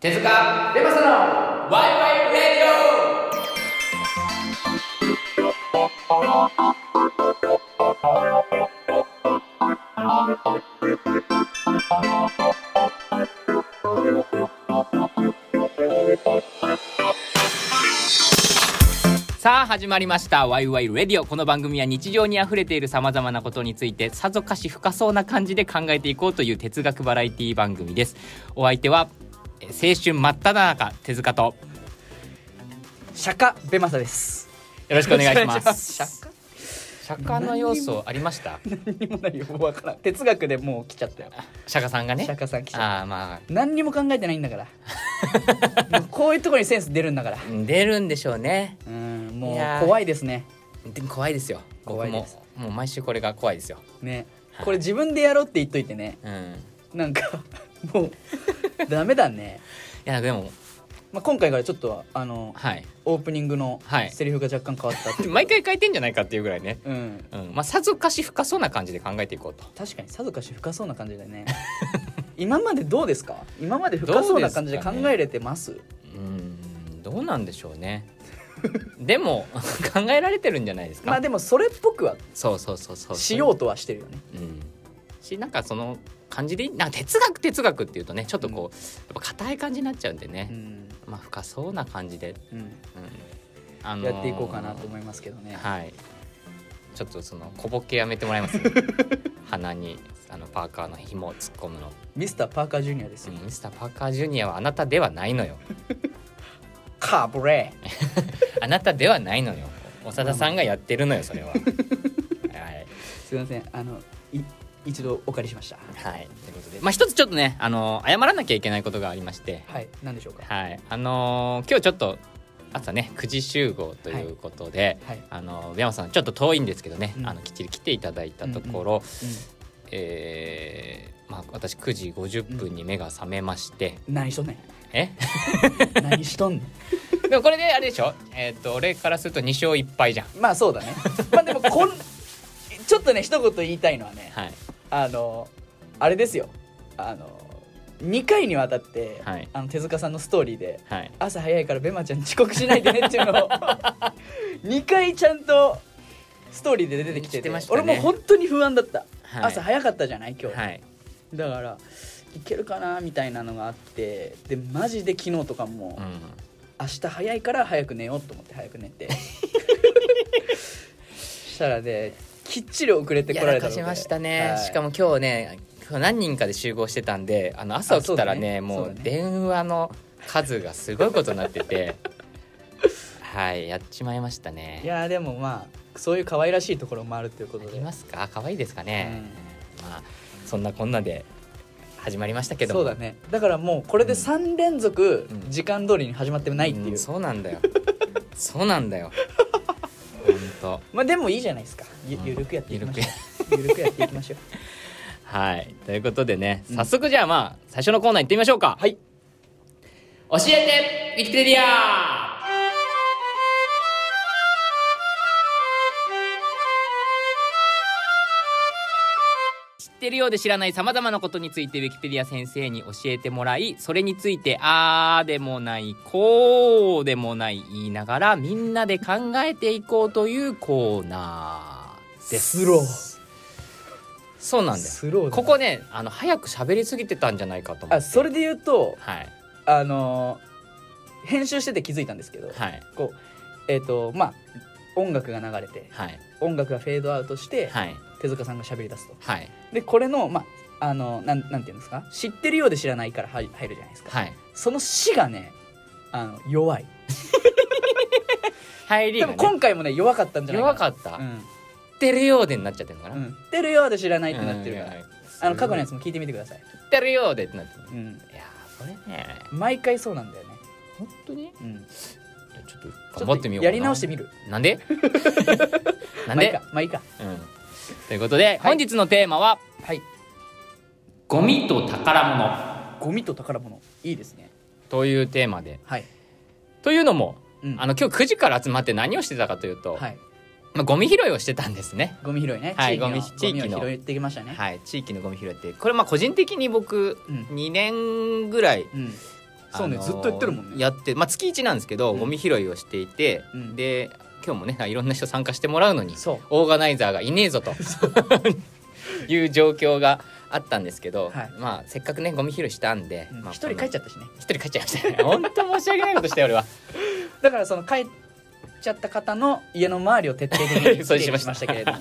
手塚レマサのワイワイレディオさあ始まりました「ワイワイレディオ」この番組は日常にあふれているさまざまなことについてさぞかし深そうな感じで考えていこうという哲学バラエティ番組ですお相手はえ青春真っ只中手塚と釈迦ベマサです。よろしくお願いしまお願いします す釈迦釈迦の要素ありました何にもないよ、もうわからん。哲学でもう来ちゃったよ。釈迦さんがね釈迦さん来ちゃった。ああまあ何にも考えてないんだ から。もうこういうところにセンス出るんだから。出るんでしょうねうん、もいやーう怖いですね。でも怖いですよ僕怖いもですもう毎週これが怖いですよね。これ自分でやろうって言っといてね。うんなん か、もう、ダメだね。いやでもまあ、今回からちょっと、あの、はいオープニングのはいセリフが若干変わったっていう毎回変えてんじゃないかっていうぐらいねうん。うんまあさぞかし深そうな感じで考えていこうと確かにさぞかし深そうな感じだね。 今までどうですか今まで深そうな感じで考えれてますうんどうなんでしょうね でも 考えられてるんじゃないですか、まあでもそれっぽくはそうそうそうそうしようとはしてるよね。うん、しなんかその感じでいいなんか哲学哲学っていうとねちょっとこう、やっぱ硬い感じになっちゃうんでうね、んまあ深そうな感じで、うんうんあのーやっていこうかなと思いますけどね。はいちょっとその小ボケやめてもら います鼻にあのパーカーの紐を突っ込むの、ミスターパーカージュニアですよ。ミスターパーカージュニアはあなたではないのよカーブレー。あなたではないのよ長田さんがやってるのよそれははいすいません。あのい一度お借りしました。はいということでまあ一つちょっとねあの謝らなきゃいけないことがありましてはい。なんでしょうか。はい、あのー今日ちょっと朝ね9時集合ということで、はい。あのー山さんちょっと遠いんですけどね、うんあのきっちり来ていただいたところ、えーまあ、私9時50分に目が覚めまして、うん、何しとんねん。え 何しとんねん。でもこれであれでしょ、えー、と俺からすると2勝1敗じゃん。まあそうだね。まあでもこんちょっとね一言言いたいのはね、はい、あのあれですよ。あの二回にわたって、はいあの手塚さんのストーリーで。はい朝早いからベマちゃん遅刻しないでねっていうのを 2回ちゃんとストーリーで出てきしてててましたね俺もう本当に不安だった、はい朝早かったじゃない今日、はいだからいけるかなみたいなのがあってでマジで昨日とかも、うん明日早いから早く寝ようと思って早く寝 てしたらねきっちり遅れていこやらられたかのでしましたね、はいしかも今日ね今日何人かで集合してたんであの朝起きたらねあそうだねもそううだね電話の数がすごいことになっ ててはいやっちまいましたいねやでもまあそういう可愛らしいところもあるということあでりますか可愛いですかね、まあそんなこんなで始まりましたけどもそうだねだからもうこれで3連続うん時間通りに始まってないっていう、んそうなんだよそうな んだよ本当まあでもいいじゃないですかゆうんゆるくやっていきましょうゆるくやっていきましょう はいということでねうん早速じゃあまあ最初のコーナー行ってみましょうか、はい教えてウィキペディア知ってるようで知らないさまざまなことについてウィキペディア先生に教えてもらいそれについてあーでもないこうでもない言いながらみんなで考えていこうというコーナーですスローそうなんですスローだねここねあの早く喋りすぎてたんじゃないかと思あってそれで言うとはいあのー編集してて気づいたんですけどはいこうえっ、とまあ音楽が流れてはい音楽がフェードアウトしてはい手塚さんが喋り出すとはいでこれのまああのなんなんていうんですか知ってるようで知らないから入入るじゃないですか、はいその「死」がねあの弱い入りでが、もね、今回もね弱かったんじゃない弱っかった、う知んってるようでになっちゃってるのかな、うん、知ってるようで知らないってなってるから、うんあの過去のやつも聞いてみてください、知ってるようでってなってるうん、いやーこれね毎回そうなんだよね、本当にうん、ちょっと頑張ってみようかなやり直してみるな んでなんまあいいでか、まあいいかうん、ということで、本日のテーマははい「ゴミと宝物ゴミと宝物いいですね」というテーマではい、というのも、うん、あの今日9時から集まって何をしてたかというと、はいまあ、ゴミ拾いをしてたんですねゴミ拾いね、はい地域ゴミの地域のゴミを拾ってきましたね、はい、地域のゴミ拾いってこれまあ個人的に僕うん2年ぐらいうんそうねあのーずっと言ってるもんねやって、まあ、月1なんですけど、うんゴミ拾いをしていて、うんで今日もねいろんな人参加してもらうのにそうオーガナイザーがいねえぞと いう状況があったんですけど、はいまあせっかくねゴミ拾いしたんでうん一、まあ人帰っちゃゃったしね一人帰っちゃいましたね 本当申し訳ないことしたよ 俺はだからその帰っちゃった方の家の周りを徹底的に そう整理しましたけれども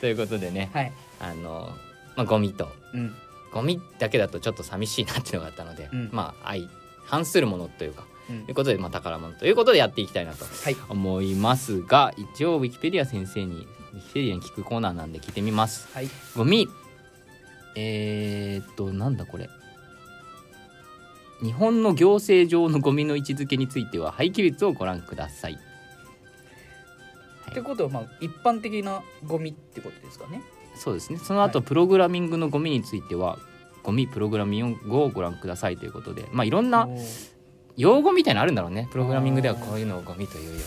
ということでね はいあの、まあ、ゴミとうんゴミだけだとちょっと寂しいなっていうのがあったので、うんまあ相反するものというかうんということで、まあ、宝物ということでやっていきたいなとはい思いますが一応ウィキペディア先生にウィキペディアに聞くコーナーなんで聞いてみますはいゴミえー、っとなんだこれ日本の行政上のゴミの位置づけについては廃棄率をご覧くださいってことはまあ一般的なゴミってことですかねそうですねその後、はプログラミングのゴミについてはゴミプログラミングをご覧くださいということでまあいろんなおー用語みたいなのあるんだろうねプログラミングではこういうのをゴミというよみた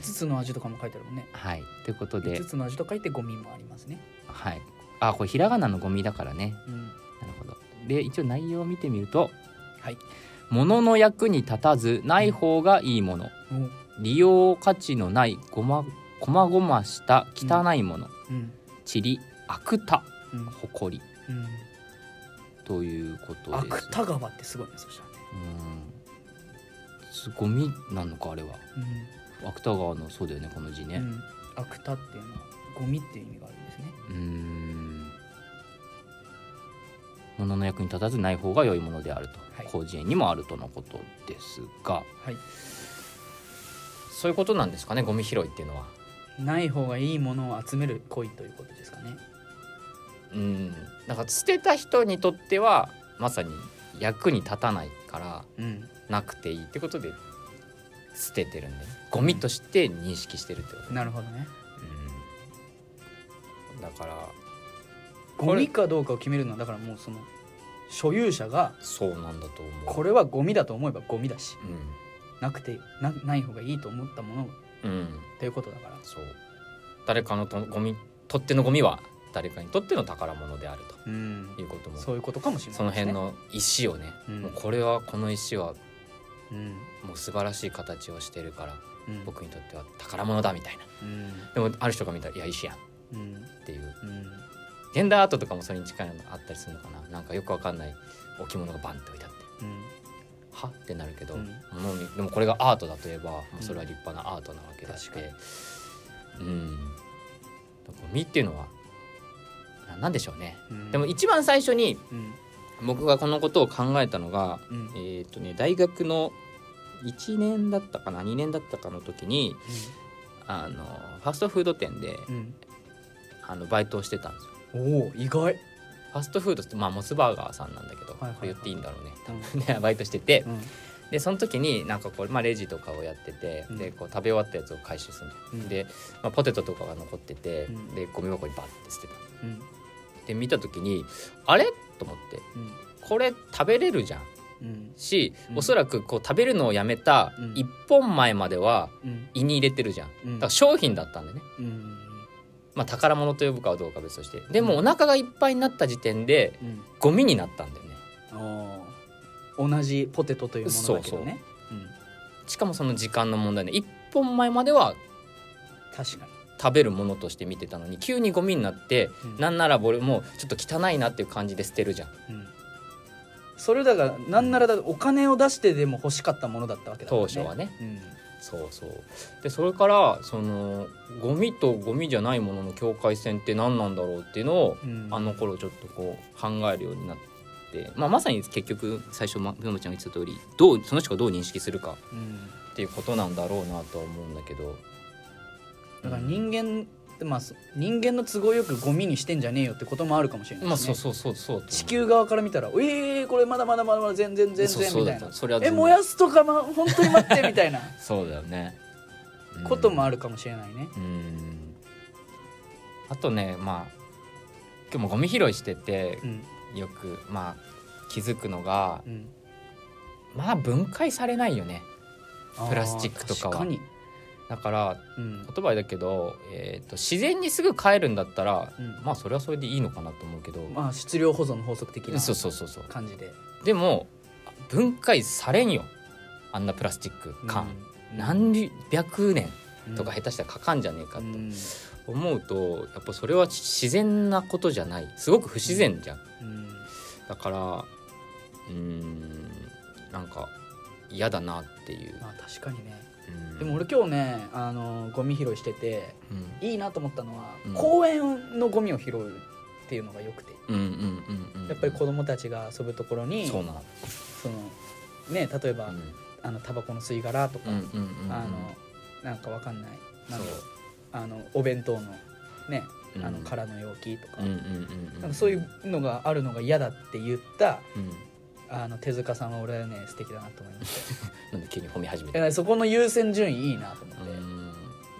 5つの味とかも書いてあるもんねなはいということで5つの味と書いてゴミもありますねはいあこれひらがなのゴミだからねうんなるほど。で一応内容を見てみるとはい「物の役に立たずない方がいいもの」おー「利用価値のないごまごまごました汚いもの」うん塵悪たうん誇りうん」ということです。芥川ってすごいねそしたらねうんすゴミなのかあれは芥川のそうだよねこの字うね。ん芥っていうのはゴミっていう意味があるんですねうーん物の役に立たずない方が良いものであると、はい広辞苑にもあるとのことですがはいそういうことなんですかねゴミ拾いっていうのは。ない方がいいものを集める恋ということですかねうん、なんか捨てた人にとってはまさに役に立たないからうんなくていいってことで捨ててるんでゴミとして認識してるってこと、なるほどねうん、だからゴミかどうかを決めるのはだからもうその所有者がそうなんだと思う。これはゴミだと思えばゴミだしうんなくてなない方がいいと思ったものっうんていうことだからそう誰かのとゴミ取ってのゴミは誰かにとっての宝物であるうんということもそ,、そういうことかもしれないですねの辺の石をね、うんもうこれはこの石はうんもう素晴らしい形をしてるからうん僕にとっては宝物だみたいなうんでもある人が見たら「いや石やん」うんっていううんジェンダーアートとかもそれに近いのがあったりするのかななんかよくわかんない置物がバンって置いてあってうんはってなるけど、うん物にでもこれがアートだといえばもうそれは立派なアートなわけだし確かうんだからゴミっていうのはななんでしょうねうんでも一番最初にうん僕がこのことを考えたのが、うんうんえっ、とね大学の1年だったかな2年だったかの時にあのファストフード店でうんあのバイトをしてたんですよおお意外ファストフードって、まあ、モスバーガーさんなんだけど、いはいはいこれ言っていいんだろうね多分ね バイトしててうんでその時になんかこう、まあ、レジとかをやってて、うんでこう食べ終わったやつを回収するんだよ、うんで、まあ、ポテトとかが残ってて、うんでゴミ箱にバッて捨てたうんで見た時にあれと思ってうんこれ食べれるじゃんうんし、うんおそらくこう食べるのをやめたうん1本前まではうん胃に入れてるじゃんうんだから商品だったんでね、うんまあ、宝物と呼ぶかはどうかは別としてでもお腹がいっぱいになった時点でうんゴミになったんだよねあー同じポテトというものだけどねうんしかもその時間の問題ね1本前までは確か食べるものとして見てたのに急にゴミになって、うんなんなら俺もうちょっと汚いなっていう感じで捨てるじゃんにうんそれだからなんならだお金を出してでも欲しかったものだったわけだから当初はねうんそうそうでそれからそのゴミとゴミじゃないものの境界線って何なんだろうっていうのを、うんあの頃ちょっとこう考えるようになって、まあ、まさに結局最初まもちゃんが言ってた通りどうその人がどう認識するかうんっていうことなんだろうなとは思うんだけどだから人間ってまあそ人間の都合よくゴミにしてんじゃねえよってこともあるかもしれないまあですそねうそうそうそう地球側から見たら「ええこれまだまだまだまだ全然全そう然」そうみだたっいなたそれは「え燃やすとかま本当に待って」みたいなそうだよねこともああるかもしれないね。るうんあとねまあ今日もゴミ拾いしててうんよくまあ気づくのがうんまあ分解されないよねプラスチックとかはあー確にだからうん言葉だけど、えー、と自然にすぐ帰るんだったら、うんまあそれはそれでいいのかなと思うけど、まあ質量保存の法則的なそうそうそうそう感じででも分解されんよあんなプラスチック缶、何百年とか下手したらかかんじゃねえかうとん思うとやっぱそれは自然なことじゃないすごく不自然じゃんうんだからうーんなんか嫌だなっていう、まあ確かにねうんでも俺今日ねあのゴミ拾いしててうんいいなと思ったのは、うん公園のゴミを拾うっていうのが良くてうんうんうんうんやっぱり子供たちが遊ぶところにそうそなののね例えば、うんあのタバコの吸い殻とか、うんうんうんうんあのなんかわかんないなんだそうろうあのお弁当のねうんあの空の容器とか,、うんうんうんなんかそういうのがあるのが嫌だって言ったうんあの手塚さんは俺はね素敵だなと思いましなんで急に褒め始めたいたやそこの優先順位いいなと思って、うん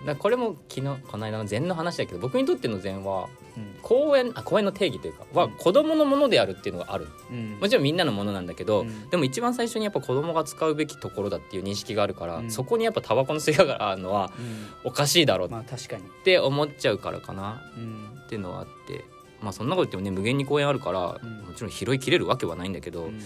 だからこれも昨日この間の禅の話だけど僕にとっての禅はうん公園あ公園の定義というかうはん子供のものであるっていうのがあるうんもちろんみんなのものなんだけど、うんでも一番最初にやっぱ子供が使うべきところだっていう認識があるから、うんそこにやっぱタバコの吸い殻があるのはうんおかしいだろうまっあ確かに、て思っちゃうからかなうんっていうのはあってまあそんなこと言ってもね無限に公園あるから、うんもちろん拾いきれるわけはないんだけど、うん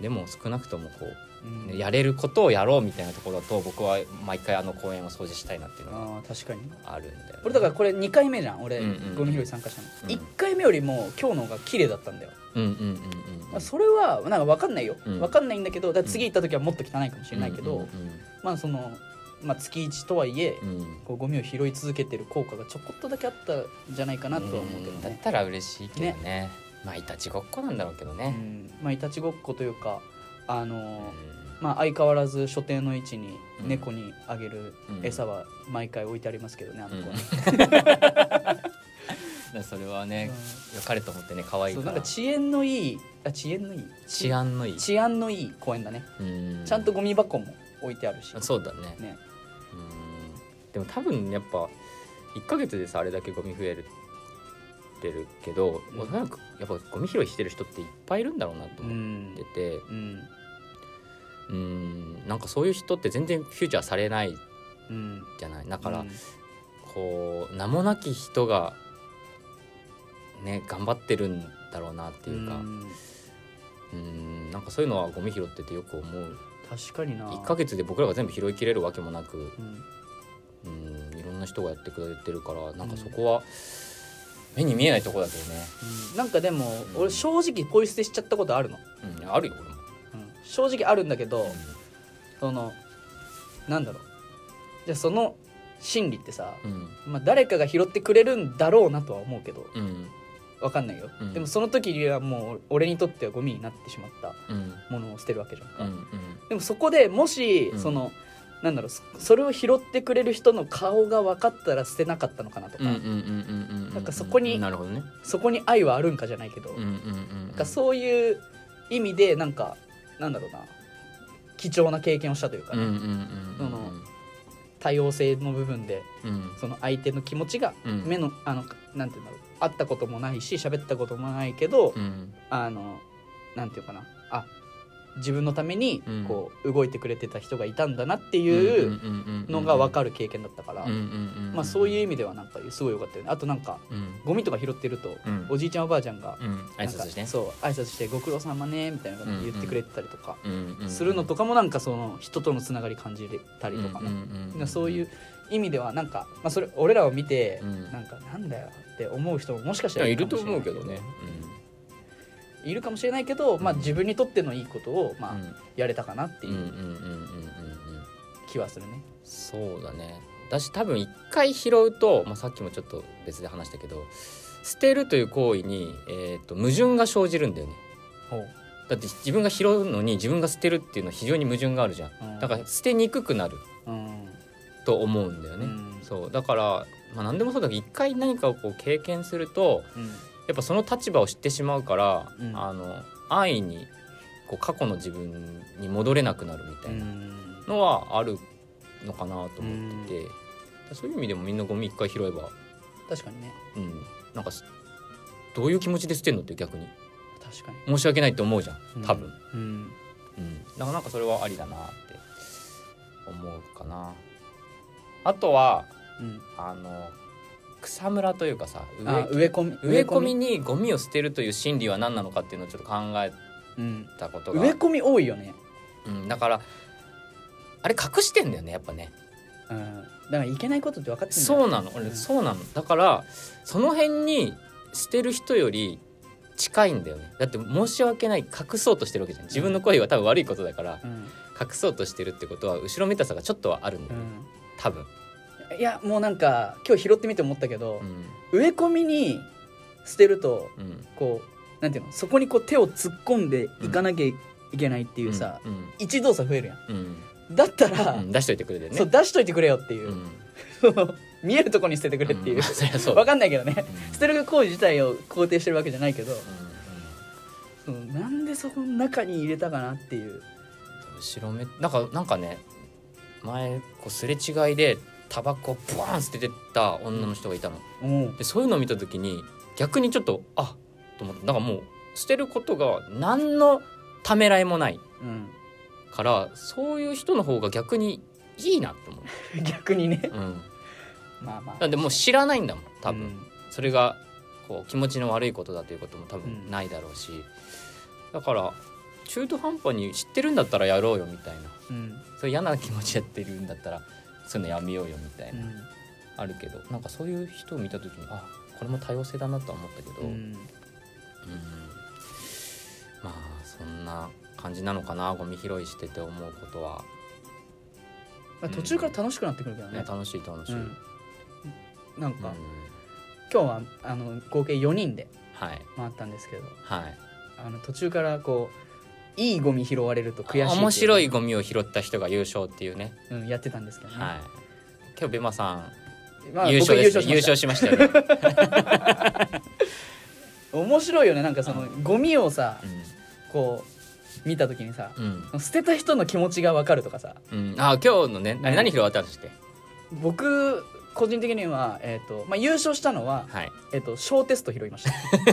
でも少なくともこう、うんやれることをやろうみたいなところと僕は毎回あの公園を掃除したいなっていうのあー確かにがあるんだよね、俺だからこれ2回目じゃん俺、うんうんゴミ拾い参加したの、うん1回目よりも今日の方が綺麗だったんだよ、うんうんうんうんまあ、それはなんか分かんないよ、うん分かんないんだけどだから次行った時はもっと汚いかもしれないけど、うんまあその、まあ、月1とはいえ、うんうんうんこうゴミを拾い続けてる効果がちょこっとだけあったんじゃないかなとは思うけどだっね、たら嬉しいけどねまあいたちごっこなんだろうけどうね、んまあ、いたちごっこというかあのうーんまあ、相変わらず所定の位置にうん猫にあげる餌は毎回置いてありますけどねあの子はね、だから それはねうん良かれと思ってね可愛いそうかなんらか遅延のいいあ遅延のいい治安のいい治安のいい公園だね、うんちゃんとゴミ箱も置いてあるしそうだねねうんでも多分やっぱ1ヶ月でさあれだけゴミ増えるってるけどうんおそらくやっぱゴミ拾いしてる人っていっぱいいるんだろうなとう思んっててうんうんなんかそういう人って全然フューチャーされないうんじゃないだからうんこう名もなき人がね頑張ってるんだろうなっていうかんうんなんかそういうのはゴミ拾っててよく思う確かにな1ヶ月で僕らが全部拾いきれるわけもなくうんうんいろんな人がやってくれてるからなんかそこは目に見えないとこだけどね、うんなんかでもうん俺正直ポイ捨てしちゃったことあるの、うん、あるよ俺もうん正直あるんだけど、そのなんだろうじゃあその心理ってさ、うんまあ、誰かが拾ってくれるんだろうなとは思うけどうんわかんないよ、うんでもその時にはもう俺にとってはゴミになってしまったうんものを捨てるわけじゃんか、うんでもそこでもし、うんそのなんだろうそそれを拾ってくれる人の顔が分かったら捨てなかったのかなとか、うんうんうんうんうんうんなんかそこになるほどねそこに愛はあるんかじゃないけど、うんうんうんなんかそういう意味でなんかなんだろうな貴重な経験をしたというか、うんうんうんその多様性の部分でうんうんその相手の気持ちがうん目の、あのなんていうんだろう会ったこともないし喋ったこともないけど、うんあのなんていうかなあ自分のためにうんこう動いてくれてた人がいたんだなってうんいう。うんうんうんのが分かる経験だったから、うんうんうんまあ、そういう意味味ではなんかすごい良かったよねあとなんかうんゴミとか拾ってると、うんおじいちゃんおばあちゃんがうん挨なんか拶してねそう挨拶して「ご苦労様ね」みたいな感じで言ってくれてたりとか、するのとかかもなんかその人とのつながり感じれたりとかね、なんかそういう意味ではなんか、まあ、それ俺らを見て、うんなんかなんだよって思う人ももしかしいたやらいかるともしれ思ないうけどねいるかもしれないけど、まあ、うん自分にとってのいいことを、うまあんうんやれたかなってうんいうんうんううんうんうん気はするね。そうだねだし多分一回拾うと、まあ、さっきもちょっと別で話したけど捨てるという行為に、えー、と矛盾が生じるんだよねほうだって自分が拾うのに自分が捨てるっていうのは非常に矛盾があるじゃんうんだから捨てにくくなるうんと思うんだよね、うんそうだから、まあ、何でもそうだけど一回何かをこう経験するとうんやっぱその立場を知ってしまうから、うんあの安易にこう過去の自分に戻れなくなるみたういなんのはあるのかなと思ってて、そういう意味でもみんなゴミ一回拾えば、確かにねうん、なんかすどういう気持ちで捨てんのって逆に確か申し訳ないって思うじゃんに多分、うん、うんうんだからなんかそれはありだなって思うかなあとはうんあの草むらというかさ植あえ植え込み植え込みにゴミを捨てるという心理は何なのかっていうのをちょっと考えうんたこと植がえ込み多いよねうん、だからあれ隠してんだよねやっぱね、うんだからいけないことって分かってんだよそうなの俺、うんそうなのだからその辺に捨てる人より近いんだよねだって申し訳ない隠そうとしてるわけじゃん自分の声は多分悪いことだからうん隠そうとしてるってことは後ろめたさがちょっとはあるんうだよね、ん多分、いやもうなんか今日拾ってみて思ったけど、うん植え込みに捨てるとうん、こうなんていうのそこにこう手を突っ込んでいかなきゃいけないっていうさ、うん一動作増えるやうんうんんだったら、 うん出しといてくれてねそう出しといてくれよっていうう、んその 見えるとこに捨ててくれっていう、んそりゃそう分だかんないけどねうん捨てる行為自体を肯定してるわけじゃないけどうんうんそのなんでそこの中に入れたかなっていう後ろめなんかなんかね前こうすれ違いでタバコブワーン捨ててった女の人がいたのもうでそういうのを見た時に逆にちょっとあっと思ってなんかもう捨てることが何のためらいもないうん、からそういう人の方が逆にいいなって思う、逆にねうん、まあまなんでもう知らないんだもん多分、うんそれがこう気持ちの悪いことだということも多う分んないだろうし、だから中途半端に知ってるんだったらやろうよみたいなうんそういう嫌な気持ちやってるんだったらそういうのやめようよみたいうな、んあるけどなんかそういう人を見た時にあこれも多様性だなとは思ったけど、ううんんまあそんな感じなのかなゴミ拾いしてて思うことは、まあ、途中から楽しくなってくるけどねね、楽しい楽しうい、うんん、なんか、今日はあの合計4人ではい回ったんですけどはいあの途中からこういいゴミ拾われると悔しいってう面白い、ゴミを拾った人が優勝っていうね、うん、やってたんですけどね、はい今日ベマさん、まあ、優勝です、ね、僕優勝しましたよね、面白いよねなんかそのゴミをさ こう見た時にさうんうん捨てた人の気持ちが分かるとかさうん、あ今日のね何何拾われたんでしたっけ僕個人的には、えーとまあ、優勝したのは、はいえー、と小テスト拾いました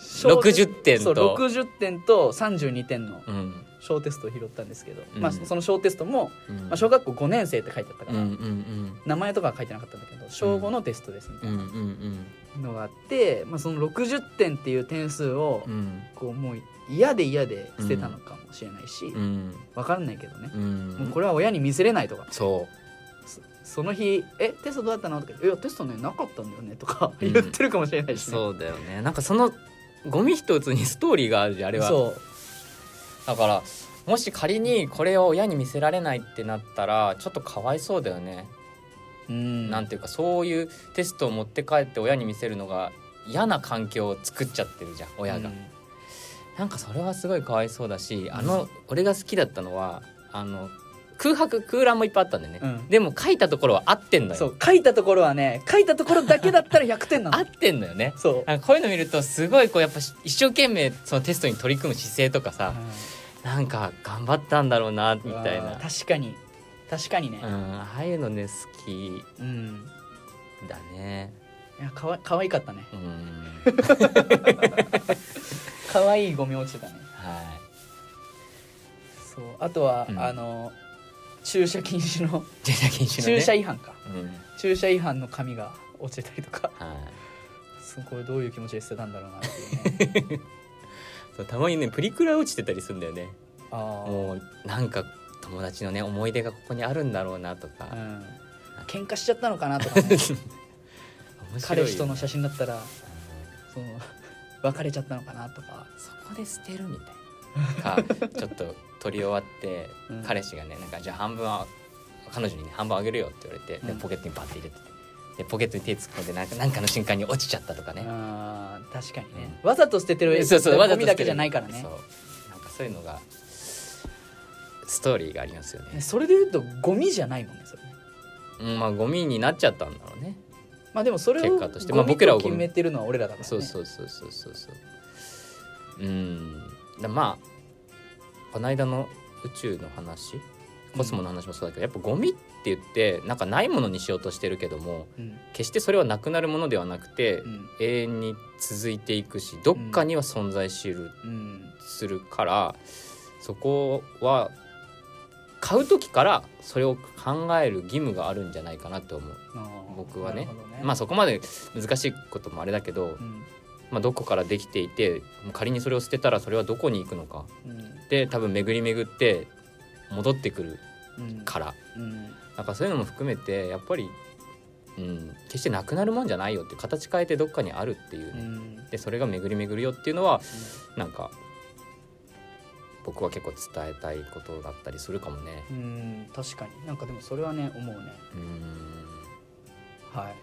小テス60点そうと60点と32点のうん小テストを拾ったんですけど、うんまあ、その小テストも、うんまあ、小学校5年生って書いてあったかうんら、うんうん名前とかは書いてなかったんだけど小5のテストですみたういんうんなのがあって、まあ、その60点っていう点数をうんうんこうもう嫌で嫌で捨てたのかもしれないし、うん分からないけどねう、んもうこれは親に見せれないとかそそその日「えテストどうだったの?」とか「いやテストねなかったんだよね」とかうん言ってるかもしれなういしね、そうだよねなんかそのゴミ一つにストーリーがあるじゃんあれはそうだからもし仮にこれを親に見せられないってなったらちょっとかわいそうだよね、うんなんていうかそういうテストを持って帰って親に見せるのが嫌な環境を作っちゃってるじゃん親が、うんなんかそれはすごいかわいそうだしあの、俺が好きだったのはあの空白空欄もいっぱいあったんだよね、うんでも書いたところは合ってんのよそう書いたところはね書いたところだけだったら100点なの合ってんのよねそう、なんかこういうの見るとすごいこうやっぱし一生懸命そのテストに取り組む姿勢とかさなんか頑張ったんだろうなみうんたいうわなー確かに確かにねうんああいうのね好きうんだねいやかわかわいかったねうんかわいいゴミ落ちてたねはそうあとは、うんあの駐車禁止のい駐車禁止のね駐車違反かうんはい駐車違反の紙が落ちてたりとかそうこれどういう気持ちで捨てたんだろうなっていうねそうたまにねプリクラ落ちてたりするんだよねああもうなんか友達のね思い出がここにあるんだろうなとか、うん喧嘩しちゃったのかなとか ね面白いよね彼氏との写真だったらうその 別れちゃったのかなとかんそこで捨てるみたいなかちょっと取り終わって、うん彼氏がねなんかじゃあ半分は彼女にね半分あげるよって言われて、でうんポケットにバッて入れてでポケットに手突っ込んでなんかなんかの瞬間に落ちちゃったとかね、あー確かにね、わざと捨ててるそうそうわざゴとミだけじゃないからねそうなんかそういうのがストーリーがありますよね、それで言うとゴミじゃないもんねそれねうん、まあゴミになっちゃったんだろうねまあでもそれを結果としてまあゴミ僕らをゴミ決めてるのは俺らだからねそうそうそうそうそうそううんだまあこの間の宇宙の話コスモの話もそうだけど、やっぱゴミって言ってなんかないものにしようとしてるけどもうん決してそれはなくなるものではなくて、うん永遠に続いていくしどっかには存在しる、うんするからそこは買う時からそれを考える義務があるんじゃないかなと思う。あー僕はねなるほどまあそこまで難しいこともあれだけど、うんまあ、どこからできていて仮にそれを捨てたらそれはどこに行くのかうんで多分巡り巡って戻ってくるうんからうんなんかそういうのも含めてやっぱり、うん、決してなくなるもんじゃないよって形変えてどっかにあるっていううね、んでそれが巡り巡るよっていうのはなんか僕は結構伝えたいことだったりするかもね。うん確かになんかでもそれはね思うねうんはい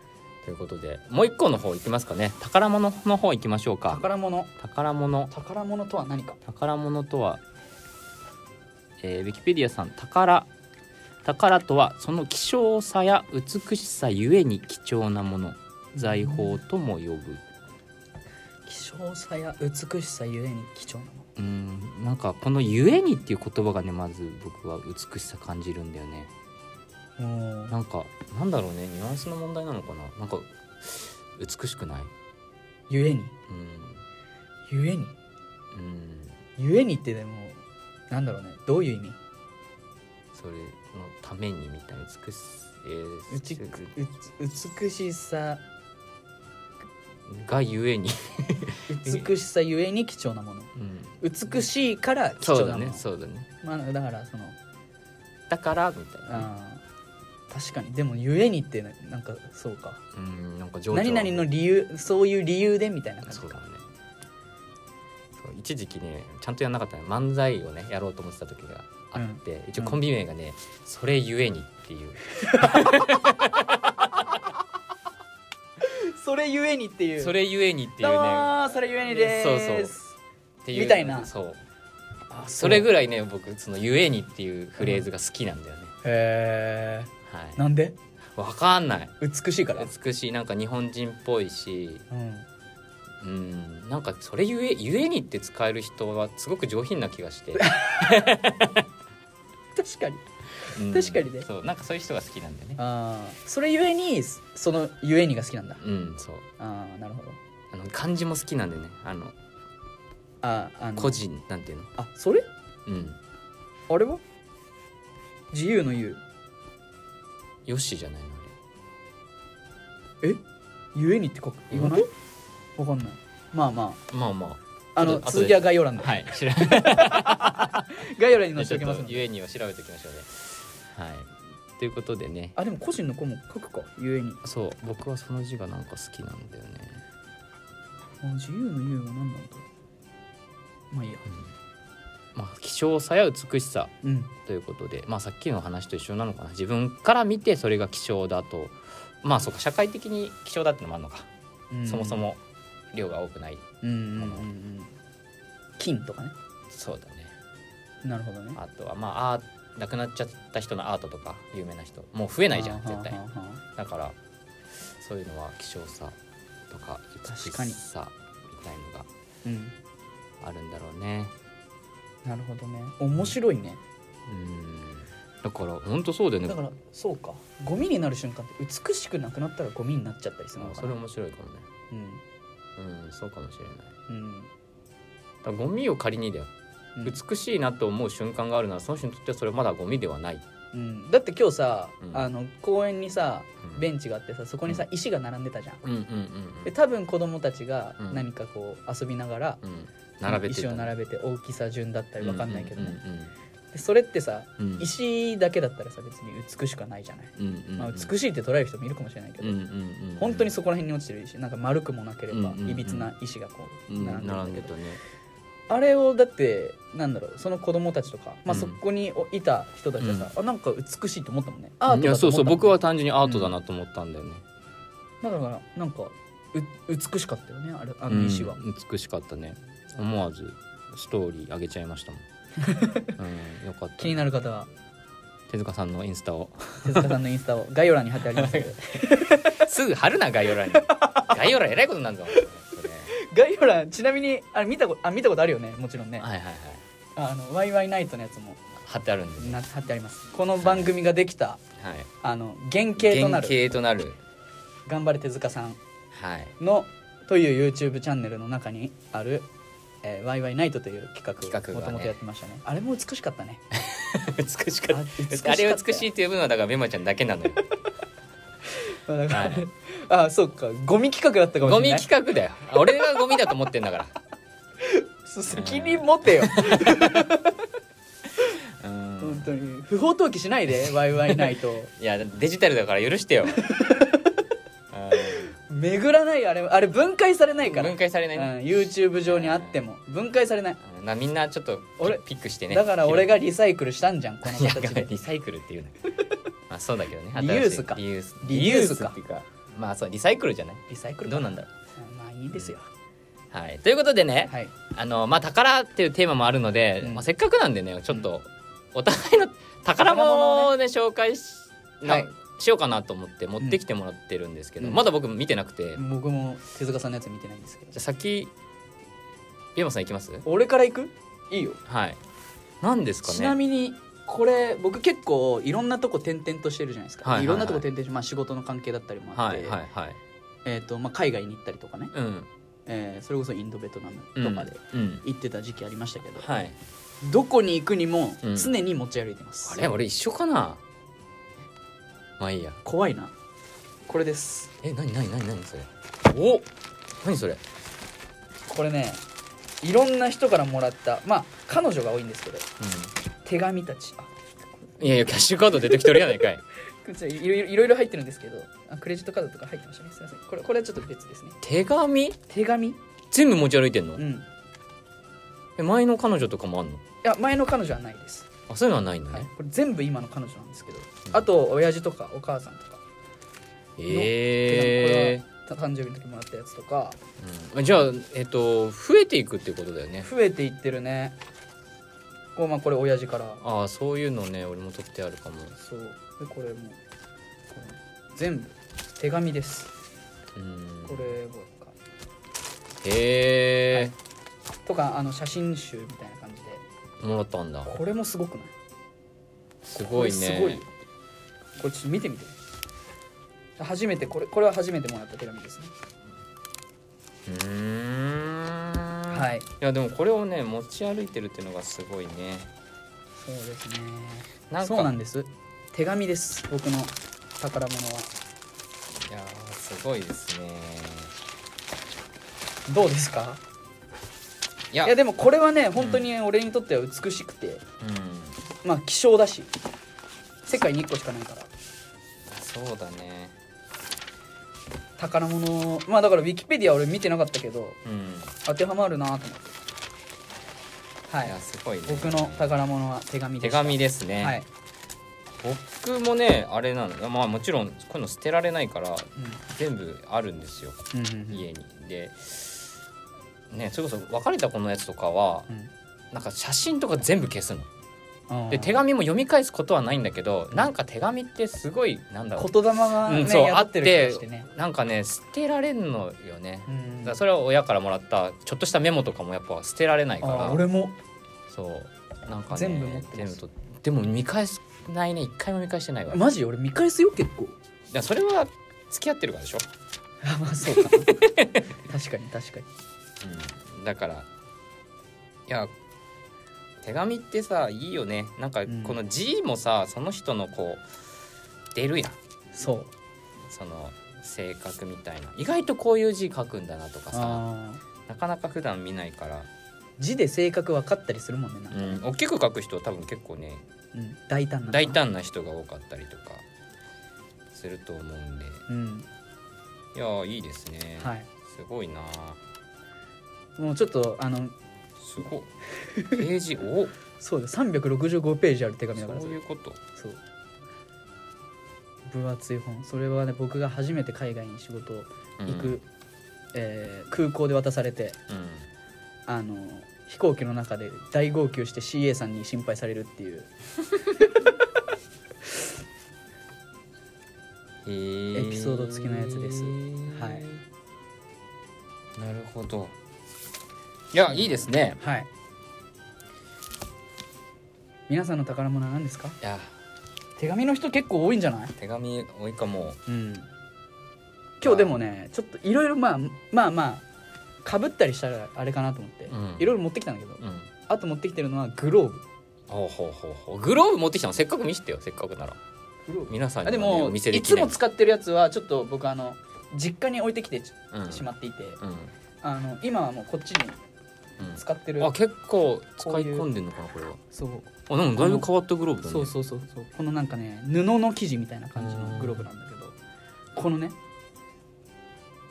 ということでもう一個の方行きますかね宝物の方行きましょうか宝物宝物宝物とは何か宝物とは、えーウィキペディアさん宝宝とはその希少さや美しさゆえに貴重なもの財宝とも呼ぶ希少さや美しさゆえに貴重なものうんなんかこの「ゆえに」っていう言葉がねまず僕は美しさ感じるんだよねうんなんかなんだろうねニュアンスの問題なのかななんか美しくないゆえにうんゆえにうんゆえにってでもなんだろうねどういう意味それのためにみたいな美しさ、えうちーうつ美しさがゆえに、美しさゆえに貴重なものうん、美しいから貴そ重うなだものねそうだねまあ、だからそのだからみたいなね、あー確かにでも「ゆえに」ってななんかそうかうんなんか情緒何々の理由そういう理由でみたいな感じそうだかねそう一時期ねちゃんとやんなかったね漫才をねやろうと思ってた時があって、一応コンビ名がね、それゆえにっていうそれゆえにっていうそれゆえにっていうどうねもそれゆえにですそううっていうみたいなそうそうそれぐらいらいね僕そのゆえにっていうフレーズが好きなんだよね、へえはいなんでわかんない美しいから美しいなんか日本人っぽいしうんうんなんかそれゆえゆえにって使える人はすごく上品な気 がして、確かにうん確かにねそうなんかそういう人が好きなんだよねあーそれゆえにその「ゆえに」が好きなんだうんそうああなるほどあの漢字も好きなんでねあのあーあの個人なんていうのあそれうんあれは自由の「ゆよしじゃないのあ」えゆえにって書く言わないわかんないまあまあれまあまあちょのっと後で続きは概要欄あで、はい調べ概要欄に載せてておきますのでゆえにを調べておきましょうねはいということでねあでも個人の子も書くかゆえにそう僕はその字がなんか好きなんだよねあ自由のゆえは何なんだろうまあいいやまあ希少さや美しさうんということでまあさっきの話と一緒なのかな自分から見てそれが希少だとまあそうか社会的に希少だってのもあるのか、うんそもそも量が多くないうんうんうんうん金とかねそうだねなるほどねあとはまああー亡くなっちゃった人のアートとか有名な人もう増えないじゃんはあはあ絶対はあはだからそういうのは希少さとか美し確かにさみたいのあうんがあるんだろうねなるほどね面白いねうんだから本当そうだよねだからそうかゴミになる瞬間って美しくなくなったらゴミになっちゃったりするのあかそなれ面白いかもねうんうんそうかもしれないうんだからゴミを仮にだようん美しいなと思う瞬間があるならその人にとってはそれはまだゴミではない、うんだって今日さ、うんあの公園にさうんベンチがあってさそこにさう石が並んでたじゃんうんうんうんで多分子供たちがうん何かこう遊びながら、うんうん並べて石を並べべて大きさ順だったりわかんないけどね、うでそれってさんうんうん石だけだったらさ別に美しくはないじゃない、うんうんうんまあ、美しいって捉える人もいるかもしれないけど、うんうんうん本当にそこら辺に落ちてる石なんか丸くもなければうんうんうんいびつな石がこううん並んでる並んだんでけたど、ねあれをだってなんだろうその子供たちとか、まあ、うんそこにいた人たちはさ、あなんか美しいと思ったもんねアートだと思ったもんねいやそうそう僕は単純にアートだなと思ったんだよね、だからなんかう美しかったよねあれあうのん石は、美しかったね思わずストーリー上げちゃいました もん、うん、よかった気になる方は手塚さんのインスタを 手塚さんのインスタを概要欄に貼ってありますのですぐ貼るな概要欄に概要欄えらいことになるぞそれ概要欄ちなみにあれ見たことあ見たことあるよねもちろんねはいはいはいあのワイワイナイトのやつも貼ってあるんですねな貼ってありますこの番組ができたはいあの原型となる型となる頑張れ手塚さんはい のという YouTube チャンネルの中にあるえーワイワイナイトという企画企をも画がねともとやってましたねあれも美しかったね美しかあっ美しかった たあれを美しいって呼ぶのはだからメマちゃんだけなのよまあなんかはい あそうか ゴミ企画だったかもゴしれミない企画だよ俺がゴミだと思ってんだから そう責任持てよう本ん当に不法投棄しない でワイワイないといやデジタルだから 許してようん巡らないあれあれ分解されないから、う分ん、解されないね YouTube 上にあっても分解されない、なみんなちょっと俺ピックしてねだから俺がリサイクルしたんじゃんこのいや子たちでリサイクルっていうね まあそうだけどねリユースか新しいリユースリユースかリユっていうかまあそうリサイクルじゃないリサイクルどうかなんだろまあいいですようはいということでね、はいあのまあ宝っていうテーマもあるので、うんまあ、せっかくなんでねちょっとお互いの宝物をね紹介し,な、はいしようかなと思って持ってきてもらってるんですけど、うんまだ僕見てなくて、じゃ僕も手塚さんのやつ見てないんですけどあ先ビ山さんいきます俺から行くいいよはい何ですかねちなみにこれ僕結構いろんなとこ転々としてるじゃないですか、はいいはろいはいんなとこ転々して、まあ、仕事の関係だったりもあっはいて、はいはいえーとまあ、海外に行ったりとかね、うんえーそれこそインドベトナムうんとかでうん行ってた時期ありましたけど、はいどこに行くにもうん常に持ち歩いてます、あれ俺一緒かなまあいいや怖いなこれですえなになになになにそれおなにそれこれねいろんな人からもらったまあ彼女が多いんですけどう手紙たちあんいやいやキャッシュカード出てきとるやないかいちょいろいろいろいろ入ってるんですけどあクレジットカードとか入ってましたねすいませんこれこれはちょっと別ですね 手紙手紙全部持ち歩いてんの、うんいえ前の彼女とかもあんのや前の彼女はないです、あそういうのはないのはね、い、これ全部今の彼女なんですけど、んあと親父とかお母さんとかええ手紙これは誕生日の時もらったやつとかうんじゃあえっと増えていくってことだよね増えていってるねこうまあこれ親父からああそういうのね俺も取ってあるかも、そうでこれもこれ全部手紙ですうん、これかへえ、とかあの写真集みたいな感じでもらったんだこれもすごくないすごいねこれすごいこれちょっと見てみて初めてこれこれは初めてもらった手紙ですね、うーんはいいやでもこれをね持ち歩いてるっていうのがすごいねそうですねなんかそうなんです手紙です僕の宝物はいやーすごいですねどうですかいやいやでもこれはね本当に俺にとっては美しくて、うんまあ希少だし世界に1個しかないからそうだね宝物まあだからウィキペディア俺見てなかったけどうん当てはまるなと思ってはいいやすごいね僕の宝物は手紙で手した紙ですね、はい、僕もねあれなのまあもちろんこういうの捨てられないから全部あるんですようんうんうんうん家にでねそれこそ別れた子のやつとかはうんなんか写真とか全部消すのあーで手紙も読み返すことはないんだけどなんか手紙ってすごいなんだろう言霊がね、うんそう宿ってる気がしてねなんかね捨てられんのよねうんだからそれは親からもらったちょっとしたメモとかもやっぱ捨てられないかあらー俺もそうなんかね全部持ってます全部とでも見返すないね一回も見返してないわだかマジ俺見返すよ結 構らそれは付き合ってるからでしょ、あまあそうか 確かに確かにだからいや手紙ってさいいよねなんかんこの字もさその人のこう出るやんそうその性格みたいな意外とこういう字書くんだなとかさあーなかなか普段見ないから、字で性格分かったりするもんねなんうか、ん、大きく書く人は多分結構ねうん、大胆な大胆な人が多かったりとかすると思うんでうんいやーいいですね、はいすごいなもうちょっとあのすごいページおそうだ365ページある手紙だからそそういうことそう分厚い本それはね僕が初めて海外に仕事う行んく、えー空港で渡されてうんあの飛行機の中で大号泣して CA さんに心配されるっていうへーエピソード付きのやつですはいなるほどいやいいですねはい皆さんの宝物は何ですかいや手紙の人結構多いんじゃない手紙多いかもうん今日でもねちょっといろいろまあまあまあかぶったりしたらあれかなと思ってうんいろいろ持ってきたんだけどうんあと持ってきてるのはグローブほうほうほうほうグローブ持ってきたのせっかく見せてよせっかくなら皆さんあにでは、ね、もお見せでいきつないも使ってるやつはちょっと僕あの実家に置いてきてうんしまっていて、うんあの今はもうこっちに使ってうるんあ結構使い込んでんのかなこれはそうあなんかだいぶ変わったグローブだねそうそうそうそうこのなんかね布の生地みたいな感じのグローブなんだけどこのね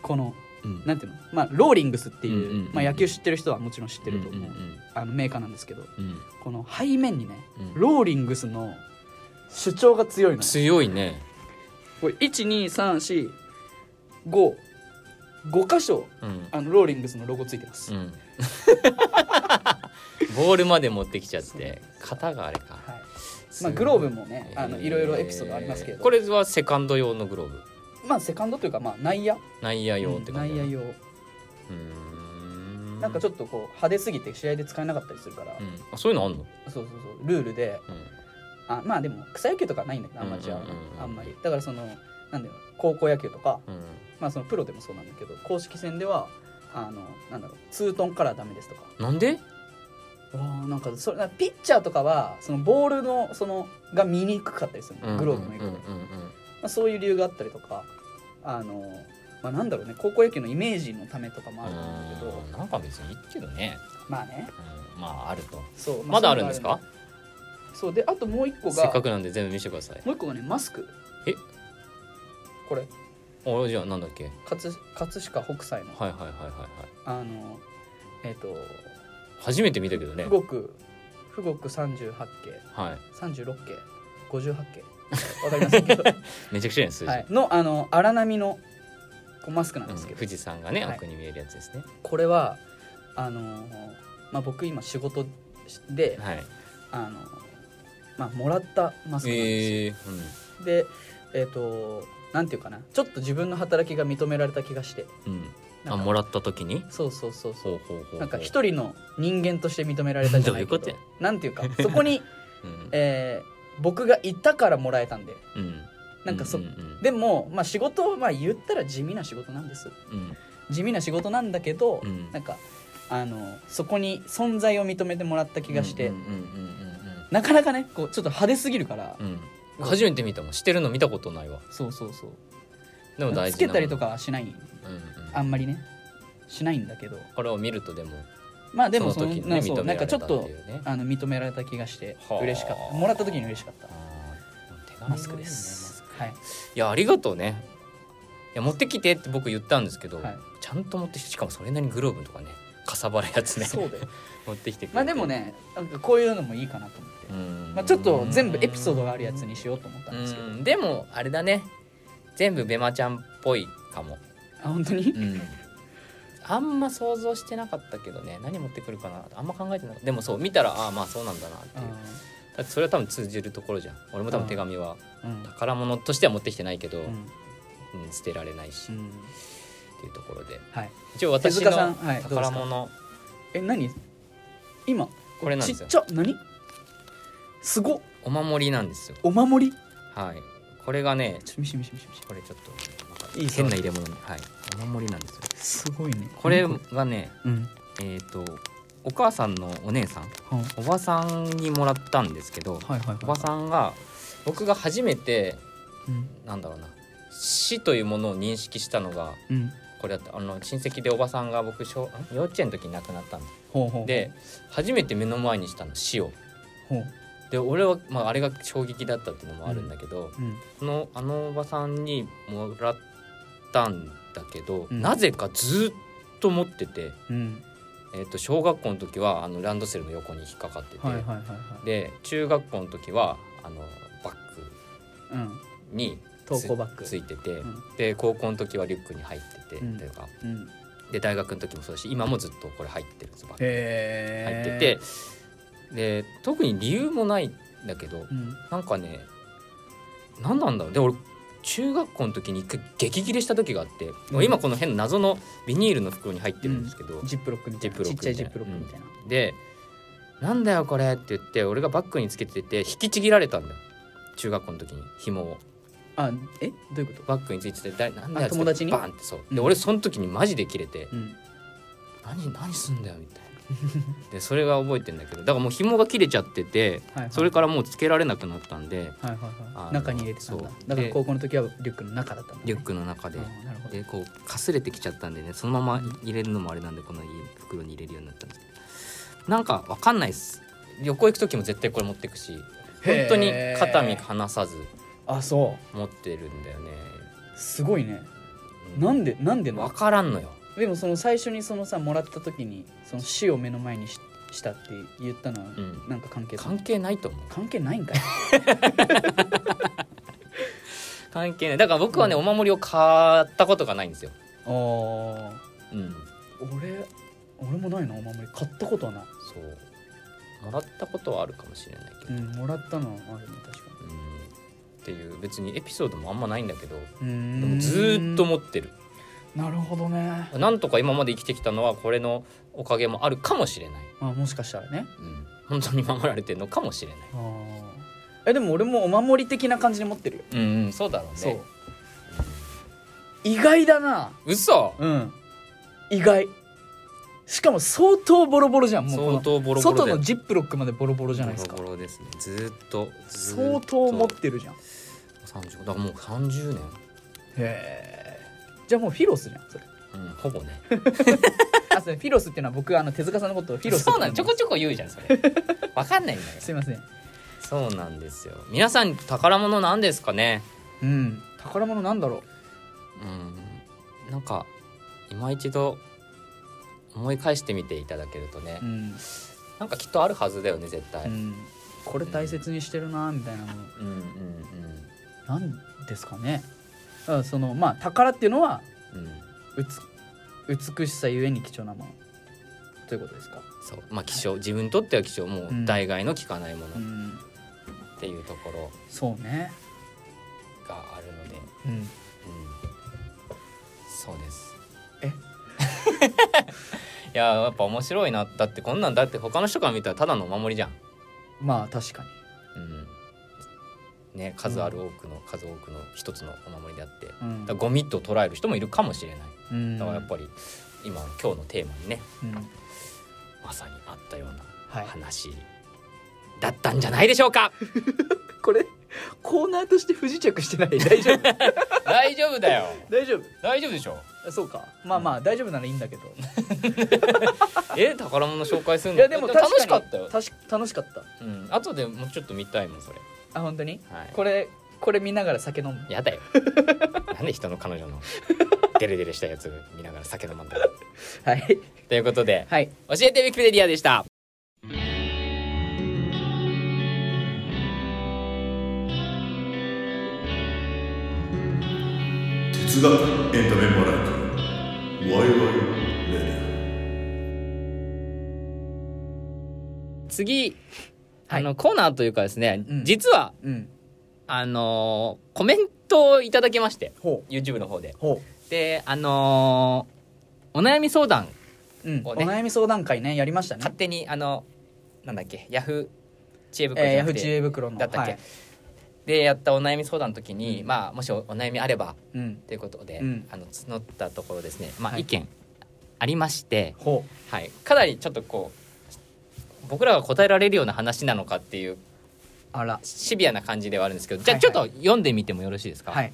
このうんなんていうのまあローリングスっていう,、うんうんうんまあ、野球知ってる人はもちろん知ってると思う、んんあのメーカーなんですけどうんうんこの背面にねうんローリングスの主張が強いのよ強いねこれ12345 5箇所うんあのローリングスのロゴついてます、うん ボールまで持ってきちゃって型があれかはいまあ、グローブもねえーあのいろいろエピソードありますけれどこれはセカンド用のグローブまあセカンドというかまあ内野内野用ってうん感内じ野野用用なんかちょっょっとこう派手すぎて試合で使えなかったりするから、とそういうのあんのそうそうそうルールであまあでも草野球とかはないんだけどアマチュアはうんうんうんうんあんまりだからそのなんだろう高校野球とか、うんうんまあ、そのプロでもそうなんだけど公式戦ではあのなんだろうツートンカラーダメですとかなんであーなんかそれなんかピッチャーとかはそのボールのそのが見にくかったりするのグローブのうん色うで、んうんまあ、そういう理由があったりとかあの、まあ、なんだろうね高校野球のイメージのためとかもあると思うんだけどうんなんか別にいいけどねまあねうんまああるとそう、まだあるんですかそうであともう一個せがっかくなんで全部見せてくださいもう一個がねマスクえこれおじゃあなんだっけ葛葛飾北斎のはいはいはいはいはいあのえっ、と初めて見たけどね富国富国38景は36景58景わかりません けど、いめちゃくちゃやん数字はい、のあの荒波のこうマスクなんうんですけど、富士山がねはい奥に見えるやつですねこれはあのーまあ、僕今仕事で、はいあのーまあ、もらったマスクなんですよ、ええでえっ、となんていうかなちょっと自分の働きが認められた気がしてうんうんなあんかもらった時にそうそうそうそうほうほうほうほうなんか一人の人間として認められたじゃないけどどういうこなんていうかそこに、うんえー僕がいたからもらえたんでうんなんかそ、うんうんでも、まあ、仕事はまあ言ったら地味な仕事なんですうん地味な仕事なんだけど、うんなんかあのそこに存在を認めてもらった気がして、うんうんなかなかねこうちょっと派手すぎるから、うんうんうんうん初めて見たもんしてるの見たことないわそうそうそうでも大事つけたりとか、かはしないうんうん、あんまりねしないんだけどこれを見るとでもまあでもその時にねなそうな認めんられかちたょっってというねあの認められた気がしてはあ嬉しかったもらった時に嬉しかったあー手紙マスクです、はい、いやありがとうねいや持ってきてって僕言ったんですけど、はいちゃんと持ってきてしかもそれなりにグローブとかねかさばるやつ ねそうだよ持ってきてくれてまあでもねなんかこういうのもいいかなと思ってう、んまあ、ちょっと全部エピソードがあるやつにしようと思ったんですけど、うんでもあれだね全部ベマちゃんっぽいかもあ本当に、うんあんま想像してなかったけどね何持ってくるかなあんま考えてなかったでもそう見たらああまあそうなんだなってあいうだってそれは多分通じるところじゃん俺も多う分ん手紙はーうん宝物としては持ってきてないけど、ううんん捨てられないし、うっんていうところではい一応手私塚さんのはいどうですか宝物え何今これなんちですっよちゃ何すごっお守りなんですよお守りはいこれがねちょっと見して見して見して見してこれちょっとなんかいいぞ変な入れ物はいお守りなんですよすごいねこれがねうんえっ、とお母さんのお姉さんはおばさんにもらったんですけどいはいはいおばさんが僕が初めてうんなんだろうな死というものを認識したのがうんこれだったあの親戚でおばさんが僕小ん幼稚園の時に亡くなったんでほうほうで初めて目の前にしたの死をほうで俺は、まあ、あれが衝撃だったっていうのもあるんだけど、うんこのあのおばさんにもらったんだけど、うんなぜかずっと持ってて、うんえー、と小学校の時はあのランドセルの横に引っかかってて、はいはいはいはいで中学校の時はあのバッグうんに投稿バッグつついてて、んで高校の時はリュックに入ってて、うんというかうんで大学の時もそうだし今もずっとこれ入ってるんですよバッグへ入えってて、で特に理由もないんだけど、うんなんかね何なんだろうで俺中学校の時に一回激切れした時があって、うん今この変な謎のビニールの袋に入ってるんですけど、ジップロックみたいジッなプロちッっクちゃいジップロックみたいなで「なんだよこれ」って言って俺がバッグにつけてて引きちぎられたんだよ中学校の時に紐をあえどういうことバッグについてて「だなんだよ」あ友達にバンってそうで、うん俺その時にマジで切れてうん「何何すんだよ」みたいなでそれが覚えてんだけどだからもう紐が切れちゃってて、はいはいそれからもうつけられなくなったんではいはあいはのい中に入れてたんだそうだからで高校の時はリュックの中だったんだねリュックの中であーなるほどでこうかすれてきちゃったんでねそのまま入れるのもあれなんでこのいい袋に入れるようになったんですけどなんかわかんないです旅行行く時も絶対これ持ってくし本当にへー肩身離さずあそ持ってるんだよねうすごいねうなんでなんでなわのからんのよでもその最初にそのさもらった時にその死を目の前にししたって言ったのはんなんか関係する関係ないと思う関係ないんかい関係ないだから僕はね、お守りを買ったことがないんですよ、あーうん、俺俺もないなお守り買ったことはない、そうもらったことはあるかもしれないけうど、ん、もらったのはあるね確かうんっていう別にエピソードもあんまないんだけどにうーんでもずーっと持ってるなるほどねなんとか今まで生きてきたのはこれのおかげもあるかもしれない、あもしかしたらねうん、本当に守られてるのかもしれないあーえでも俺もお守り的な感じで持ってるよ、うん、うん、そうだろうねそう意外だな嘘うん意外しかも相当ボロボロじゃんもうこ相の当ボロボロ外だよのジップロックまでボロボロじゃないですかボロボロですねずーっとずー相っと当持ってるじゃんへ30だからもう30年、えじゃあもうフィロスじゃんそれうん、ほぼねあそれフィロスっていうのは僕あの手塚さんのことをフィロスってそう呼なんんでちょますこちょこ言うじゃんそれわかんないんだよすいませんそうなんですよ皆さん宝物なんですかねうん宝物なんだろうんなんか今一度思い返してみていただけるとね、ううん、なんかきっとあるはずだよね絶対、ううんん、これ大切にしてるなみたいなのうんなんですかねだからそのまあ宝っていうのはうんうんうつ美しさゆえに貴重なものということですか、そうまあ希少自分にとっては希少もううん代替の効かないものうん、っていうところそうね、があるので、うん、うん、そうですえ いややっぱ面白いなだってこんなんだって他の人から見たらただのお守りじゃん、まあ確かにうん、ね数ある多くの、数多くの一つのお守りであってうんだからゴミと捉える人もいるかもしれないうんだからやっぱり今今日のテーマにねうん、まさにあったようはない話だったんじゃないでしょ うかこれコーナーとして不時着してない 大丈夫大丈夫だよ大丈夫大丈夫でしょそうかまあまあ大丈夫ならいいんだけどえ宝物紹介するいのやでも確かに楽しかったよ、たし楽しかったうん、後でもうちょっと見たいもんそれ、あ本当にはい、これこれ見ながら酒飲むやだ よなんで人の彼女のデレデレしたやつ見ながら酒飲まんだよはいということではい教えてウィキペディアでした哲学エンタメバラエティワイワイレディオ次はいあのコーナーというかですね、うん実はうんあのーコメントをいただきましてほ YouTube の方でうほであのーお悩み相談う、うんこおうね悩み相談会ねやりましたね勝手にあのなんだっけヤフー知恵袋じえー、ゃヤフなーくて知恵袋のだったっけ、はいでやったお悩み相談の時に、うんまあもしお悩みあればうんということで、うんあの募ったところですね、まあはい意見ありまして、ほはい、かなりちょっとこう僕らが答えられるような話なのかっていううあらシビアな感じではあるんですけどじゃはあいちょはっいと読んでみてもよろしいですか、はい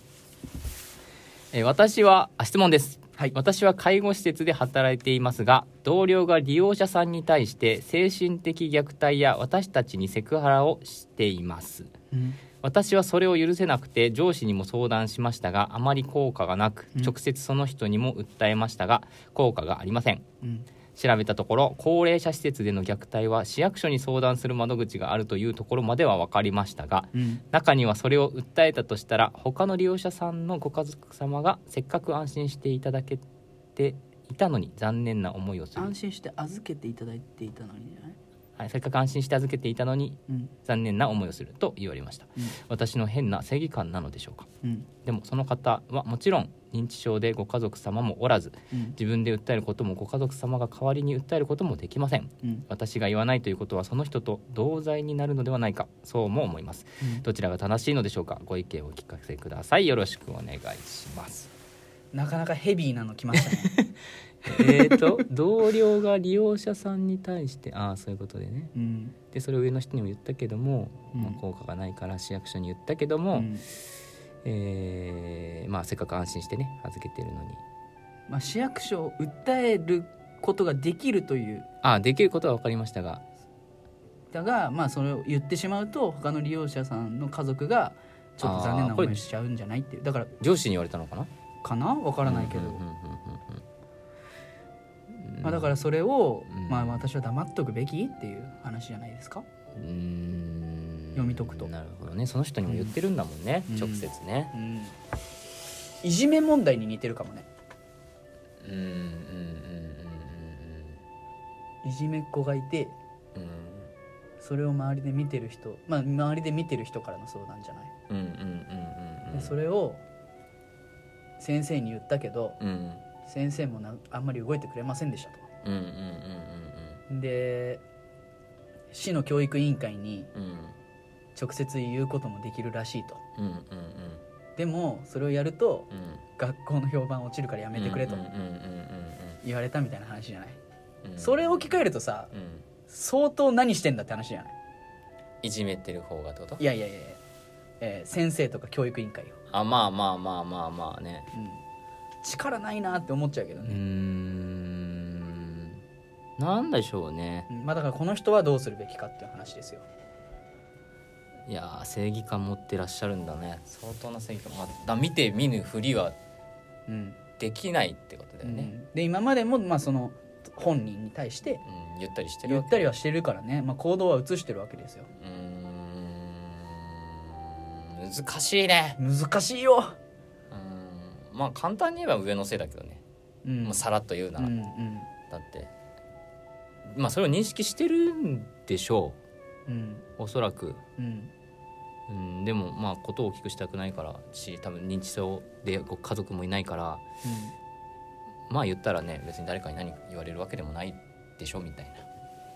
えー私はあ質問ですはい私は介護施設で働いていますが同僚が利用者さんに対して精神的虐待や私たちにセクハラをしていますうん私はそれを許せなくて上司にも相談しましたがあまり効果がなくうん直接その人にも訴えましたが効果がありませんうん調べたところ高齢者施設での虐待は市役所に相談する窓口があるというところまでは分かりましたがうん中にはそれを訴えたとしたら他の利用者さんのご家族様がせっかく安心していただけていたのに残念な思いをする、安心して預けていただいていたのにじゃないはい、せっかく安心して預けていたのにうん残念な思いをすると言われましたうん私の変な正義感なのでしょうかうんでもその方はもちろん認知症でご家族様もおらずうん自分で訴えることもご家族様が代わりに訴えることもできませんうん私が言わないということはその人と同罪になるのではないかそうも思いますどちらが正しいのでしょうかご意見をお聞かせくださいよろしくお願いしますなかなかヘビーなの来ましたねえっ と同僚が利用者さんに対してああ そういうことでねうん、でそれを上の人にも言ったけども、うんまあ、効果がないから市役所に言ったけどうも、んえーまあ、せっかく安心してね預けてるのにまあ、市役所を訴えることができるというああできることは分かりましたがだが、まあ、それを言ってしまうと他の利用者さんの家族がちょっと残念なあー思これいをしちゃうんじゃないっていうだから上司に言われたのかなかなわからないけど、うんうんうんうんうんまあ、だからそれを、うんまあ、私は黙っとくべきっていう話じゃないですかうーん読み解くとなるほどねその人にも言ってるんだもんね、うん直接ねうんいじめ問題に似てるかもねうんうんうんいじめっ子がいてうんうんそれを周りで見てる人まあ周りで見てる人からの相談じゃない、うんうんうんうんうんでそれを先生に言ったけどうんうん先生もなあんまり動いてくれませんでしたとうんうんうんで市の教育委員会にうんうん直接言うこともできるらしいとうんうんうんでもそれをやるとうんうん学校の評判落ちるからやめてくれとうんうんうんうん言われたみたいな話じゃないうんうんそれを置き換えるとさうん相当何してんだって話じゃないいじめてる方がってこといやいやいやいや、えー先生とか教育委員会よ、あまあまあまあまあまあねうん、力ないなって思っちゃうけどうねー、んなんでしょうねうんまあだからこの人はどうするべきかっていう話ですよいやー正義感持ってらっしゃるんだね相当な正義感、まあだ、見て見ぬふりはうん、できないってことだうよね、んで今までもまあその本人に対してうんゆったりしてる言わったけりはしてるからね、まあ、行動は移してるわけですようーん難しいね難しいよ、うーんまあ簡単に言えば上のせいだけどね、うんもうさらっと言うなうら、んうだんってまあそれを認識してるんでしょうんうおそらくうんうんでもまあことを大きくしたくないからし多分認知症でご家族もいないからまあ言ったらね別に誰かに何言われるわけでもないでしょみたいな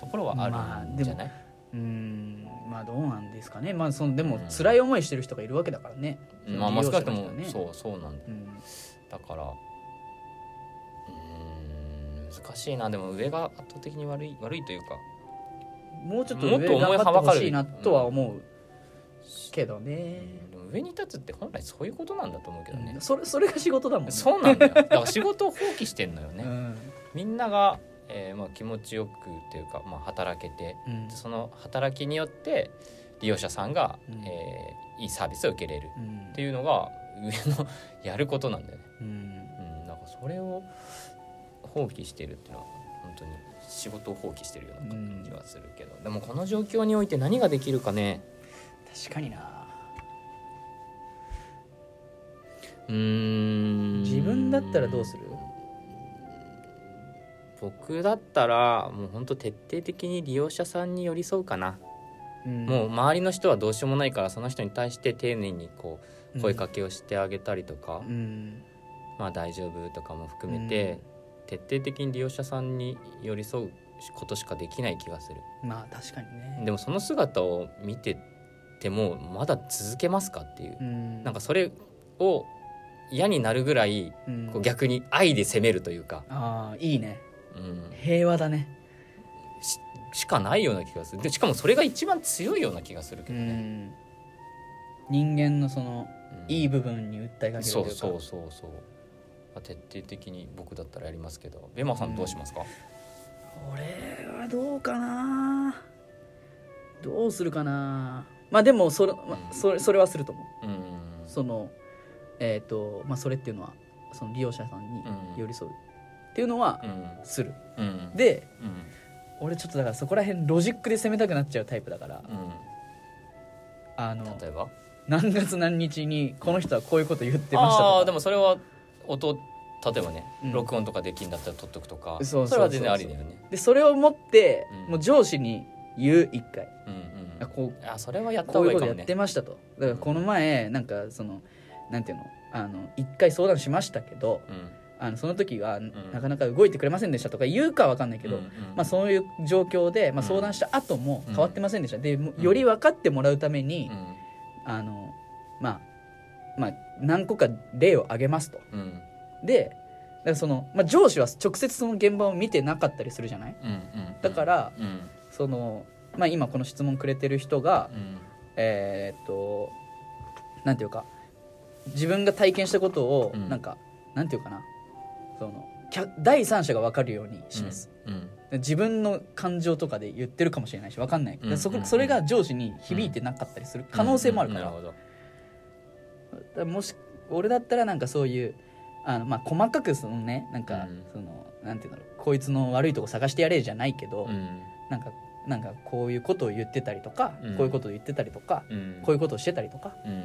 ところはまああるでんもじゃなうい、んうんまあどうなんですかねまあそのでもうん辛い思いしてる人がいるわけだからね、まあ、まあ利少用者なくとの人も、はねそうそうなんだうんだからうーん難しいなでも上が圧倒的に悪い悪いというかもうちょっともっ上と思い頑張ってはばかほるしいなとは思うけどね、でも上に立つって本来そういうことなんだと思うけどね、それそれが仕事だもんねそうな んだよだから仕事を放棄してんのよね、うんみんなが、えーまあ、気持ちよくというか、まあ、働けてうんその働きによって利用者さんが、うんえーいいサービスを受けれるうんっていうのが上の やることなんだよね、うんうん、なんかそれを放棄してるっていうのは本当に仕事を放棄してるような感じはするけど、でもこの状況において何ができるかね確かになうーん自分だったらどうする僕だったらもう本当徹底的に利用者さんに寄り添うかな、もう周りの人はどうしようもないからその人に対して丁寧にこう声かけをしてあげたりとか、うんまあ大丈夫とかも含めて、徹底的に利用者さんに寄り添うことしかできない気がするまあ確かにねでもその姿を見ててもまだ続けますかっていう、うんなんかそれを嫌になるぐらいうんこう逆に愛で攻めるというか、ああいいねうん、平和だねししかないような気がするでしかもそれが一番強いような気がするけうどね、ん人間のそのうんいい部分に訴えかけるとそいううかそうそうそうまあ徹底的に僕だったらやりますけどベマさんどうしますか、俺はどうかなどうするかなまあでもそれ,、まあそれそれはすると思ううんそのえっ、とまあそれっていうのはその利用者さんにうん寄り添うっていうのはうんする、うんでうん俺ちょっとだからそこら辺ロジックで攻めたくなっちゃうタイプだからうあんの例えば何月何日にこの人はこういうこと言ってましたああーとでかもそれは音例えばね、うん録音とかできんだったら撮っとくとかそうそうそうそうれは全然ありだよねでそれを持ってうんもう上司に言う一回うんあこううんあそれはやったこ方ういうがいいことかやっもねてましたとだからこの前なんかそのなんていうのあの一回相談しましたけどうんあのその時はなかなか動いてくれませんでしたとか言うかわかんないけど、うんうんまあ、そういう状況で、まあ、うん相談した後も変わってませんでした、でもうんより分かってもらうために、うんあのまあまあ何個か例を挙げますとうんでだからその、まあ、上司は直接その現場を見てなかったりするじゃないうんうんだからうんその、まあ、今この質問くれてる人がうんえーっとなんていうか自分が体験したことをうんなんか、なんていうかなその客第三者が分かるように示す、うん自分の感情とかで言ってるかもしれないし分かんない、うんそこうんそれが上司に響いてなかったりする可能性もあるから,、うんなるほもし俺だったらなんかそういうあの、まあ、細かくそのねなんか、うんそのなんていうんだろうこいつの悪いとこ探してやれじゃないけど、どうんなんかなんかこういうことを言ってたりとか、うんこういうことを言ってたりとか、うんこういうことをしてたりとかうん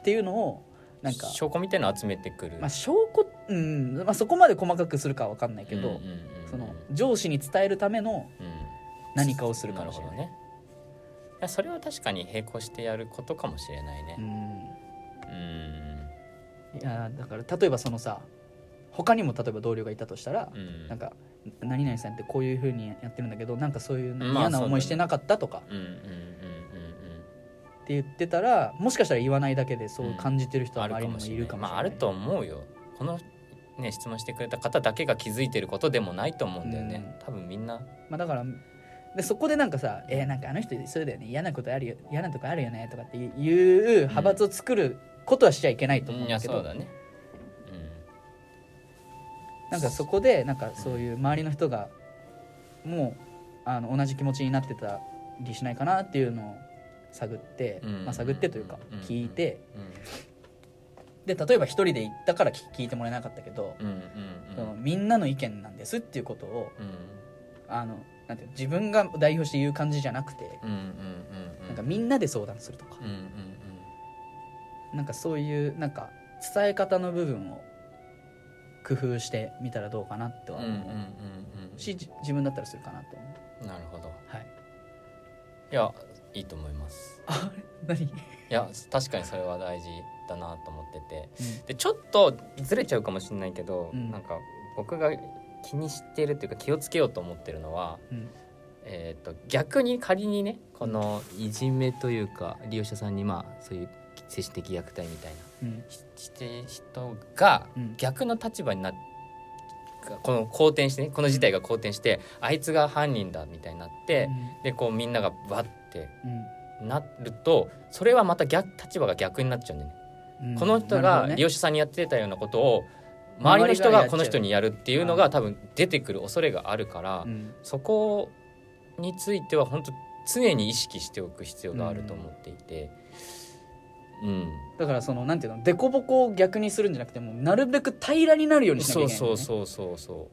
っていうのをなんか、証拠みたいなの集めてくるまあ、証拠、うんまあ、そこまで細かくするかは分かんないけど、うんうんうんその上司に伝えるためのうん何かをするかなるもしほれどないねいやそれは確かに並行してやることかもしれないねうんうん、いやだから例えばそのさ他にも例えば同僚がいたとしたら、うんなんか「何々さんってこういうふうにやってるんだけどなんかそういうまあ嫌な思いしてなかった」とかうんうんうんうんって言ってたらもしかしたら言わないだけでそう感じてるう人んはある周りかにももしいれなるいかもましれないああると思うよこのね質問してくれた方だけが気づいてることでもないと思うんだよね、うん多分みんなまあだからでそこでなんかさ「えーなんかあの人そうだよね嫌なことあるよ嫌なとこあるよね」とかっていういう派閥を作ることはしちゃいけないと思うんいだやけそど、うだねなんかそこでなんかそういう周りの人がもうあの同じ気持ちになってたりしないかなっていうのを探って、うんまあ、探ってというかうん聞いてうんで例えば一人で行ったから聞聞いてもらえなかったけど、うんうんうそんのみんなの意見なんですっていうことをあのなんていうの自分が代表して言う感じじゃなくてうんうんうんうんなんかみんなで相談するとかうんうんなんかそういうなんか伝え方の部分を工夫してみたらどうかなとはうんうんうんうん思うんうし、じ自分だったらするかなと思う。なるほどはい、いやいいと思いますあれ何、いや確かにそれは大事だなと思っててでちょっとずれちゃうかもしれないけど、うんなんか僕が気にしてるっていうか気をつけようと思ってるのは、うんえー、と逆に仮にねこのいじめというか利用者さんにまあそういう精神的虐待みたいなうんしして人がうん逆の立場になっこの好転してねこの事態が好転して、あいつが犯人だみたいになって、でこうみんながバッてうんなるとそれはまた逆立場が逆になっちゃうんだよね。うんこの人なるほがどね利用者さんにやってたようなことを周りの人がこの人にやるっていうのうがん多分出てくる恐れがあるからうんそこについては本当常に意識しておく必要があると思っていてうんだからそのなんていうの凸凹を逆にするんじゃなくてもうなるべく平らになるようにしなきゃいそけうない、ね、そうそうそうそうっ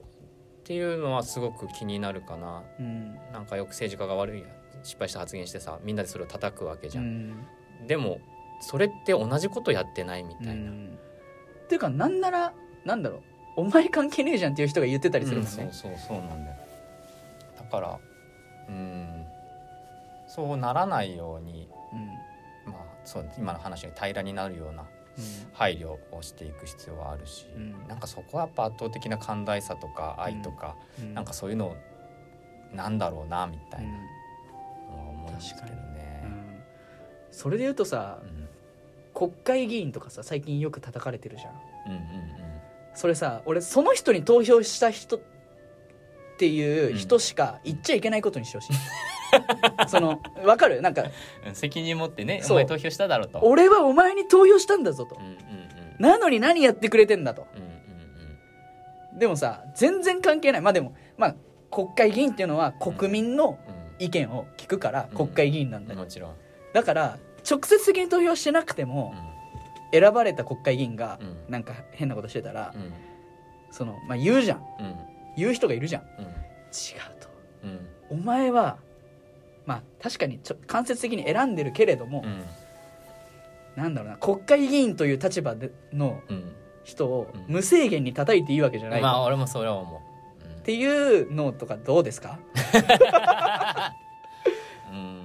ていうのはすごく気になるかなうん、なんかよく政治家が悪いや失敗した発言してさみんなでそれを叩くわけじゃうんんでもそれって同じことやってないみたいなうんっていうかなんならなんだろうお前関係ねえじゃんっていう人が言ってたりするもんうんね、そうそうそうなんだよだからうんそうならないようにうんまあそう今の話に平らになるような配慮をしていく必要はあるし、うんなんかそこはやっぱ圧倒的な寛大さとか愛とか、うんなんかそういうのなんだろうなみたういんなのは思うんですけどねう。んそれで言うとさうん国会議員とかさ最近よく叩かれてるじゃんうんそれさ俺その人に投票した人っていう人しか言っちゃいけないことにしてほしい、 そのわかるなんかうんうん責任持ってねそおう前投票しただろうと。俺はお前に投票したんだぞとうんうんうんなのに何やってくれてんだとうんうんでもさ全然関係ないまあでもまあ国会議員っていうのは国民のうん意見を聞くからうん国会議員なんうだんよ、もちろん。だから直接的に投票してなくてうもん選ばれた国会議員がうんなんか変なことしてたらうんそのまあ言うじゃんうん言う人がいるじゃん違うんうとうんお前はまあ確かにちょ間接的に選んでるけれども、うんなんだろうな国会議員という立場でのうん人をうん無制限に叩いていいわけじゃない、まあっ俺もそれは思う。うんていうのとかどうです か、うん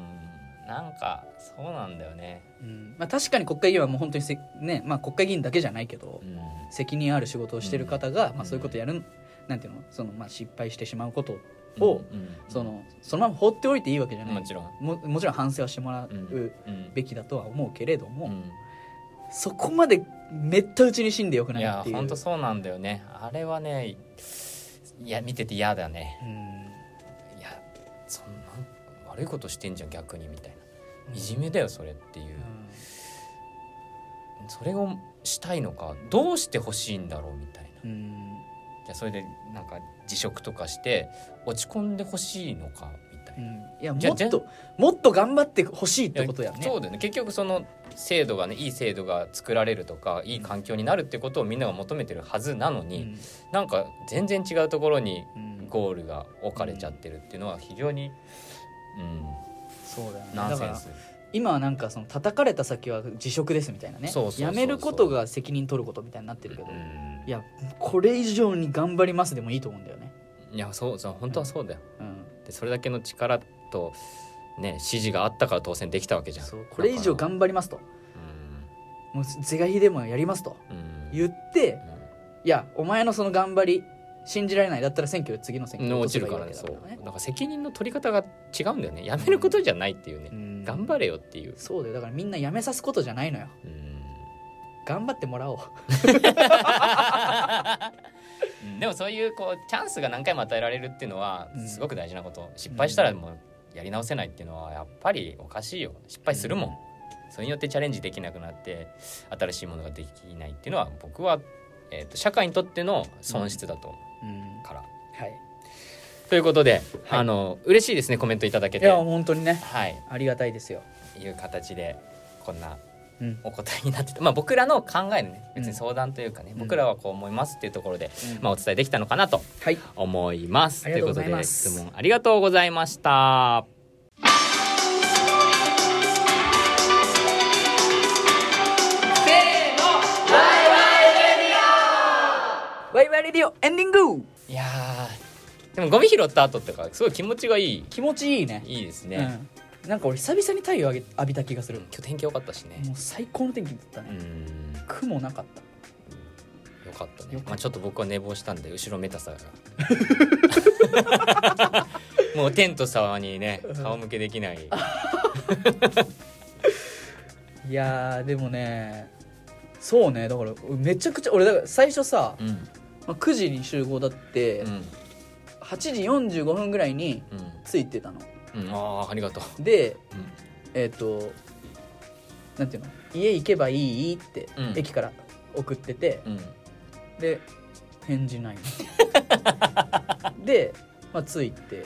なんかそうなんだよね。うんまあ、確かに国会議員はもう本当にせ、ねまあ、国会議員だけじゃないけど、うん責任ある仕事をしてる方が、うんまあ、そういうことやるなんていうのその、まあ、失敗してしまうことうを、んそのそのまま放っておいていいわけじゃないもちろん。ももちろん反省はしてもらううんべきだとは思うけれども、うんそこまでめった打ちに死んでよくないいっやていう本当そうなんだよねあれはねいや見てて嫌だねうんいやそんな悪いことしてんじゃん逆にみたいないじめだよそれっていうそれをしたいのかどうしてほしいんだろうみたいなうんうんいやそれでなんか辞職とかして落ち込んでほしいのかみたいなう。んいやもじゃあっともっと頑張ってほしいっいやてことやねそうだよね結局その制度がねいい制度が作られるとかいい環境になるってことをみんなが求めてるはずなのうに、んなんか全然違うところにうんゴールが置かれちゃってるっていうのは非常に、うん、そうだよねナンだかセンらス今はなんかその叩かれた先は辞職ですみたいなねそうそうそうそうやめることが責任取ることみたいになってるけど、うんいやこれ以上に頑張りますでもいいと思うんだよね、いやそうそう本当はそうだようん、でそれだけの力とね指示があったから当選できたわけじゃんそうこれ以上だから頑張りますともう是が非でもやりますとうんうん言ってうんいやお前のその頑張り信じられないだったら選挙で次の選挙に落落ちちるるかかららねねそうなんか責任の取り方が違うんだよねやめることじゃないっていうね、頑張れれよっていう、そうだよだからみんなやめさすことじゃないのよ頑張ってもらおううんでもそういうこうチャンスが何回も与えられるっていうのはうんすごく大事なこと、失敗したらもうやり直せないっていうのはやっぱりおかしいよ失敗するもん、それによってチャレンジできなくなって新しいものができないっていうのは僕は、えー、と社会にとっての損失だと思うんうから。はいということで、はいあの嬉しいですねコメントいただけいて。や本当にねはい、ありがたいですよいう形でこんなうんお答えになってた、まあ、僕らの考えのね別うにん相談というかね、ん僕らはこう思いますっていうところで、うんまあ、お伝えできたのかなとはい思います。ありがとうございいうことでます質問ありがとうございました。ワイワイレディオエンディングいやーでもゴミ拾った後とかすごい気持ちがいい気持ちいいねいいですね。うん、なんか俺久々に太陽浴び浴びた気がする今日天気良かったしねも。う最高の天気だったうね、ん雲なかったよかったよねかっ。たまあちょっと僕は寝坊したんで後ろめたさが。 もうテント沢にね顔向けできない。いやーでもねそうねだからめちゃくちゃ俺だから最初さ、うんまあ、9時に集合だって、うん8時45分ぐらいにう着いてたのんうんああありがとう。でうんえっ、となんていうの家行けばいいって、うん駅から送ってて、うんで返事ない ので、まあ、着いて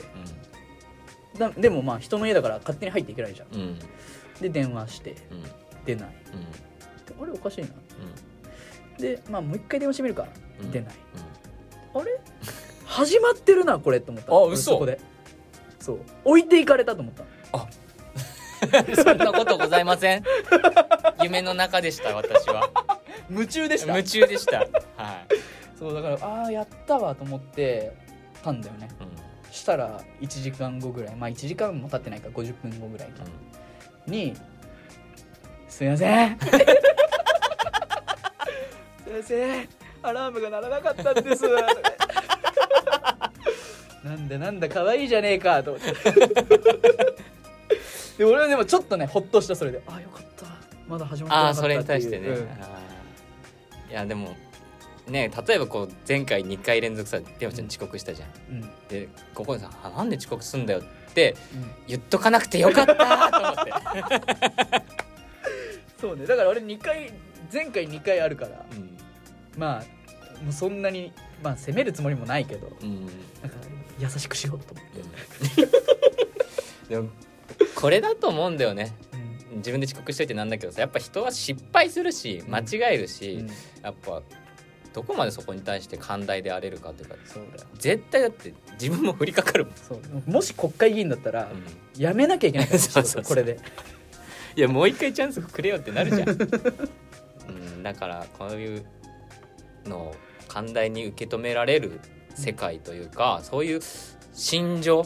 だでもまあ人の家だから勝手に入っていけないじゃんうんうんで電話してうん出ないうんあれおかしいなでまあもう一回電話してみるかうん出ないうんあれ始まってるなこれと思ったのあ俺嘘そこでそう置いていかれたと思ったうんそんなことございません。夢の中でした私は。夢中でした夢中でした。はい。そうだからああやったわと思ってたんだよねうんしたら1時間後ぐらいまあ1時間も経ってないから50分後ぐらいかに「すいません」「すいませんアラームが鳴らなかったんです」なんだなんだ可愛いじゃねえかと思ってで俺はでもちょっとねほっとしたそれであよかったまだ始まってなかああったそれに対しってていね、うあーいやでもね例えばこう前回2回連続さデオちゃん遅刻したじゃん、うんうんでここでさあ「なんで遅刻すんだよ」って言っとかなくてよかったーと思って、そうねだから俺2回前回2回あるからうんまあもうそんなにまあ責めるつもりもないけどうんなんか優しくしようと思って、でもこれだと思うんだよねうん自分で遅刻しといてなんだけどさやっぱ人は失敗するし間違えるし、うんやっぱどこまでそこに対して寛大であれるかというかそうだよ絶対だって自分も降りかかるもん、そうもし国会議員だったら、やめなきゃいけないから そうそうそうこれでいやもう一回チャンスくれよってなるじゃん、 うん、だからこういうのを寛大に受け止められる世界というかそういう心情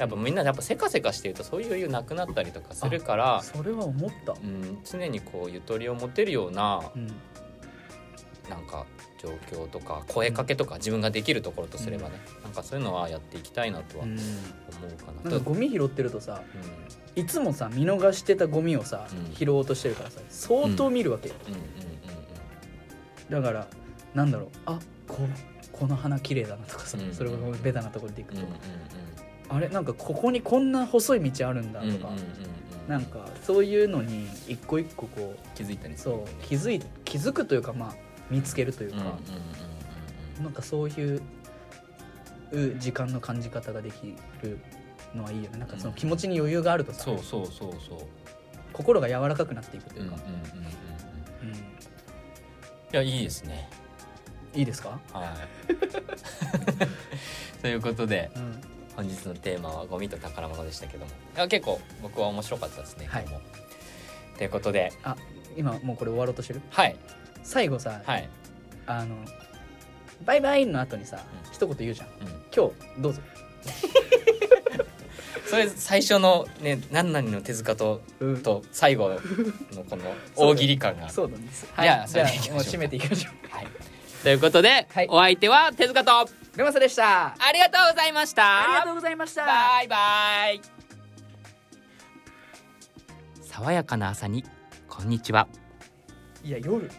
やっぱみんなやっぱせかせかしてるとそういう余裕なくなったりとかするから、それは思ったうん、常にこうゆとりを持てるようなうんなんか状況とか声かけとか自分ができるところとすればね、なんかそういうのはやっていきたいなとはうん思うかな。なんかゴミ拾ってるとさうんいつもさ見逃してたゴミをさ、うん拾おうとしてるからさ相当見るわけよ、うんうんだからなんだろうあここの花綺麗だなとかさ、うんそれこそベタなところでいくうんうんと、うんあれなんかここにこんな細い道あるんだうんうんうんうんとか、うんなんかそういうのに一個一個こ気づいたねうそう気づい気づくというかまあ見つけるといううんうんうんうんか、なんかそういうう時間の感じ方ができるのはいいよねなんかその気持ちに余裕があるとさ、そうそうそうそう心が柔らかくなっていくとういんううんうんうんか、うんうんいやいいですねいいですか、はい ということでうん、本日のテーマはゴミと宝物でしたけどもあ結構僕は面白かったですねはい今日もということであ今もうこれ終わろうとしてるはい最後さ、はいあの「バイバイ」の後にさ、うん一言言うじゃんうん「今日どうぞそれ最初のね何々の手塚と」うんと最後の この大喜利感がそうなんです、じゃあじゃそれであいきましょうもう締めていきましょうはいということで、はいお相手は手塚とあグマサでしたりがとうございましたありがとうございましたバイバイ爽やかな朝にこんにちはいや夜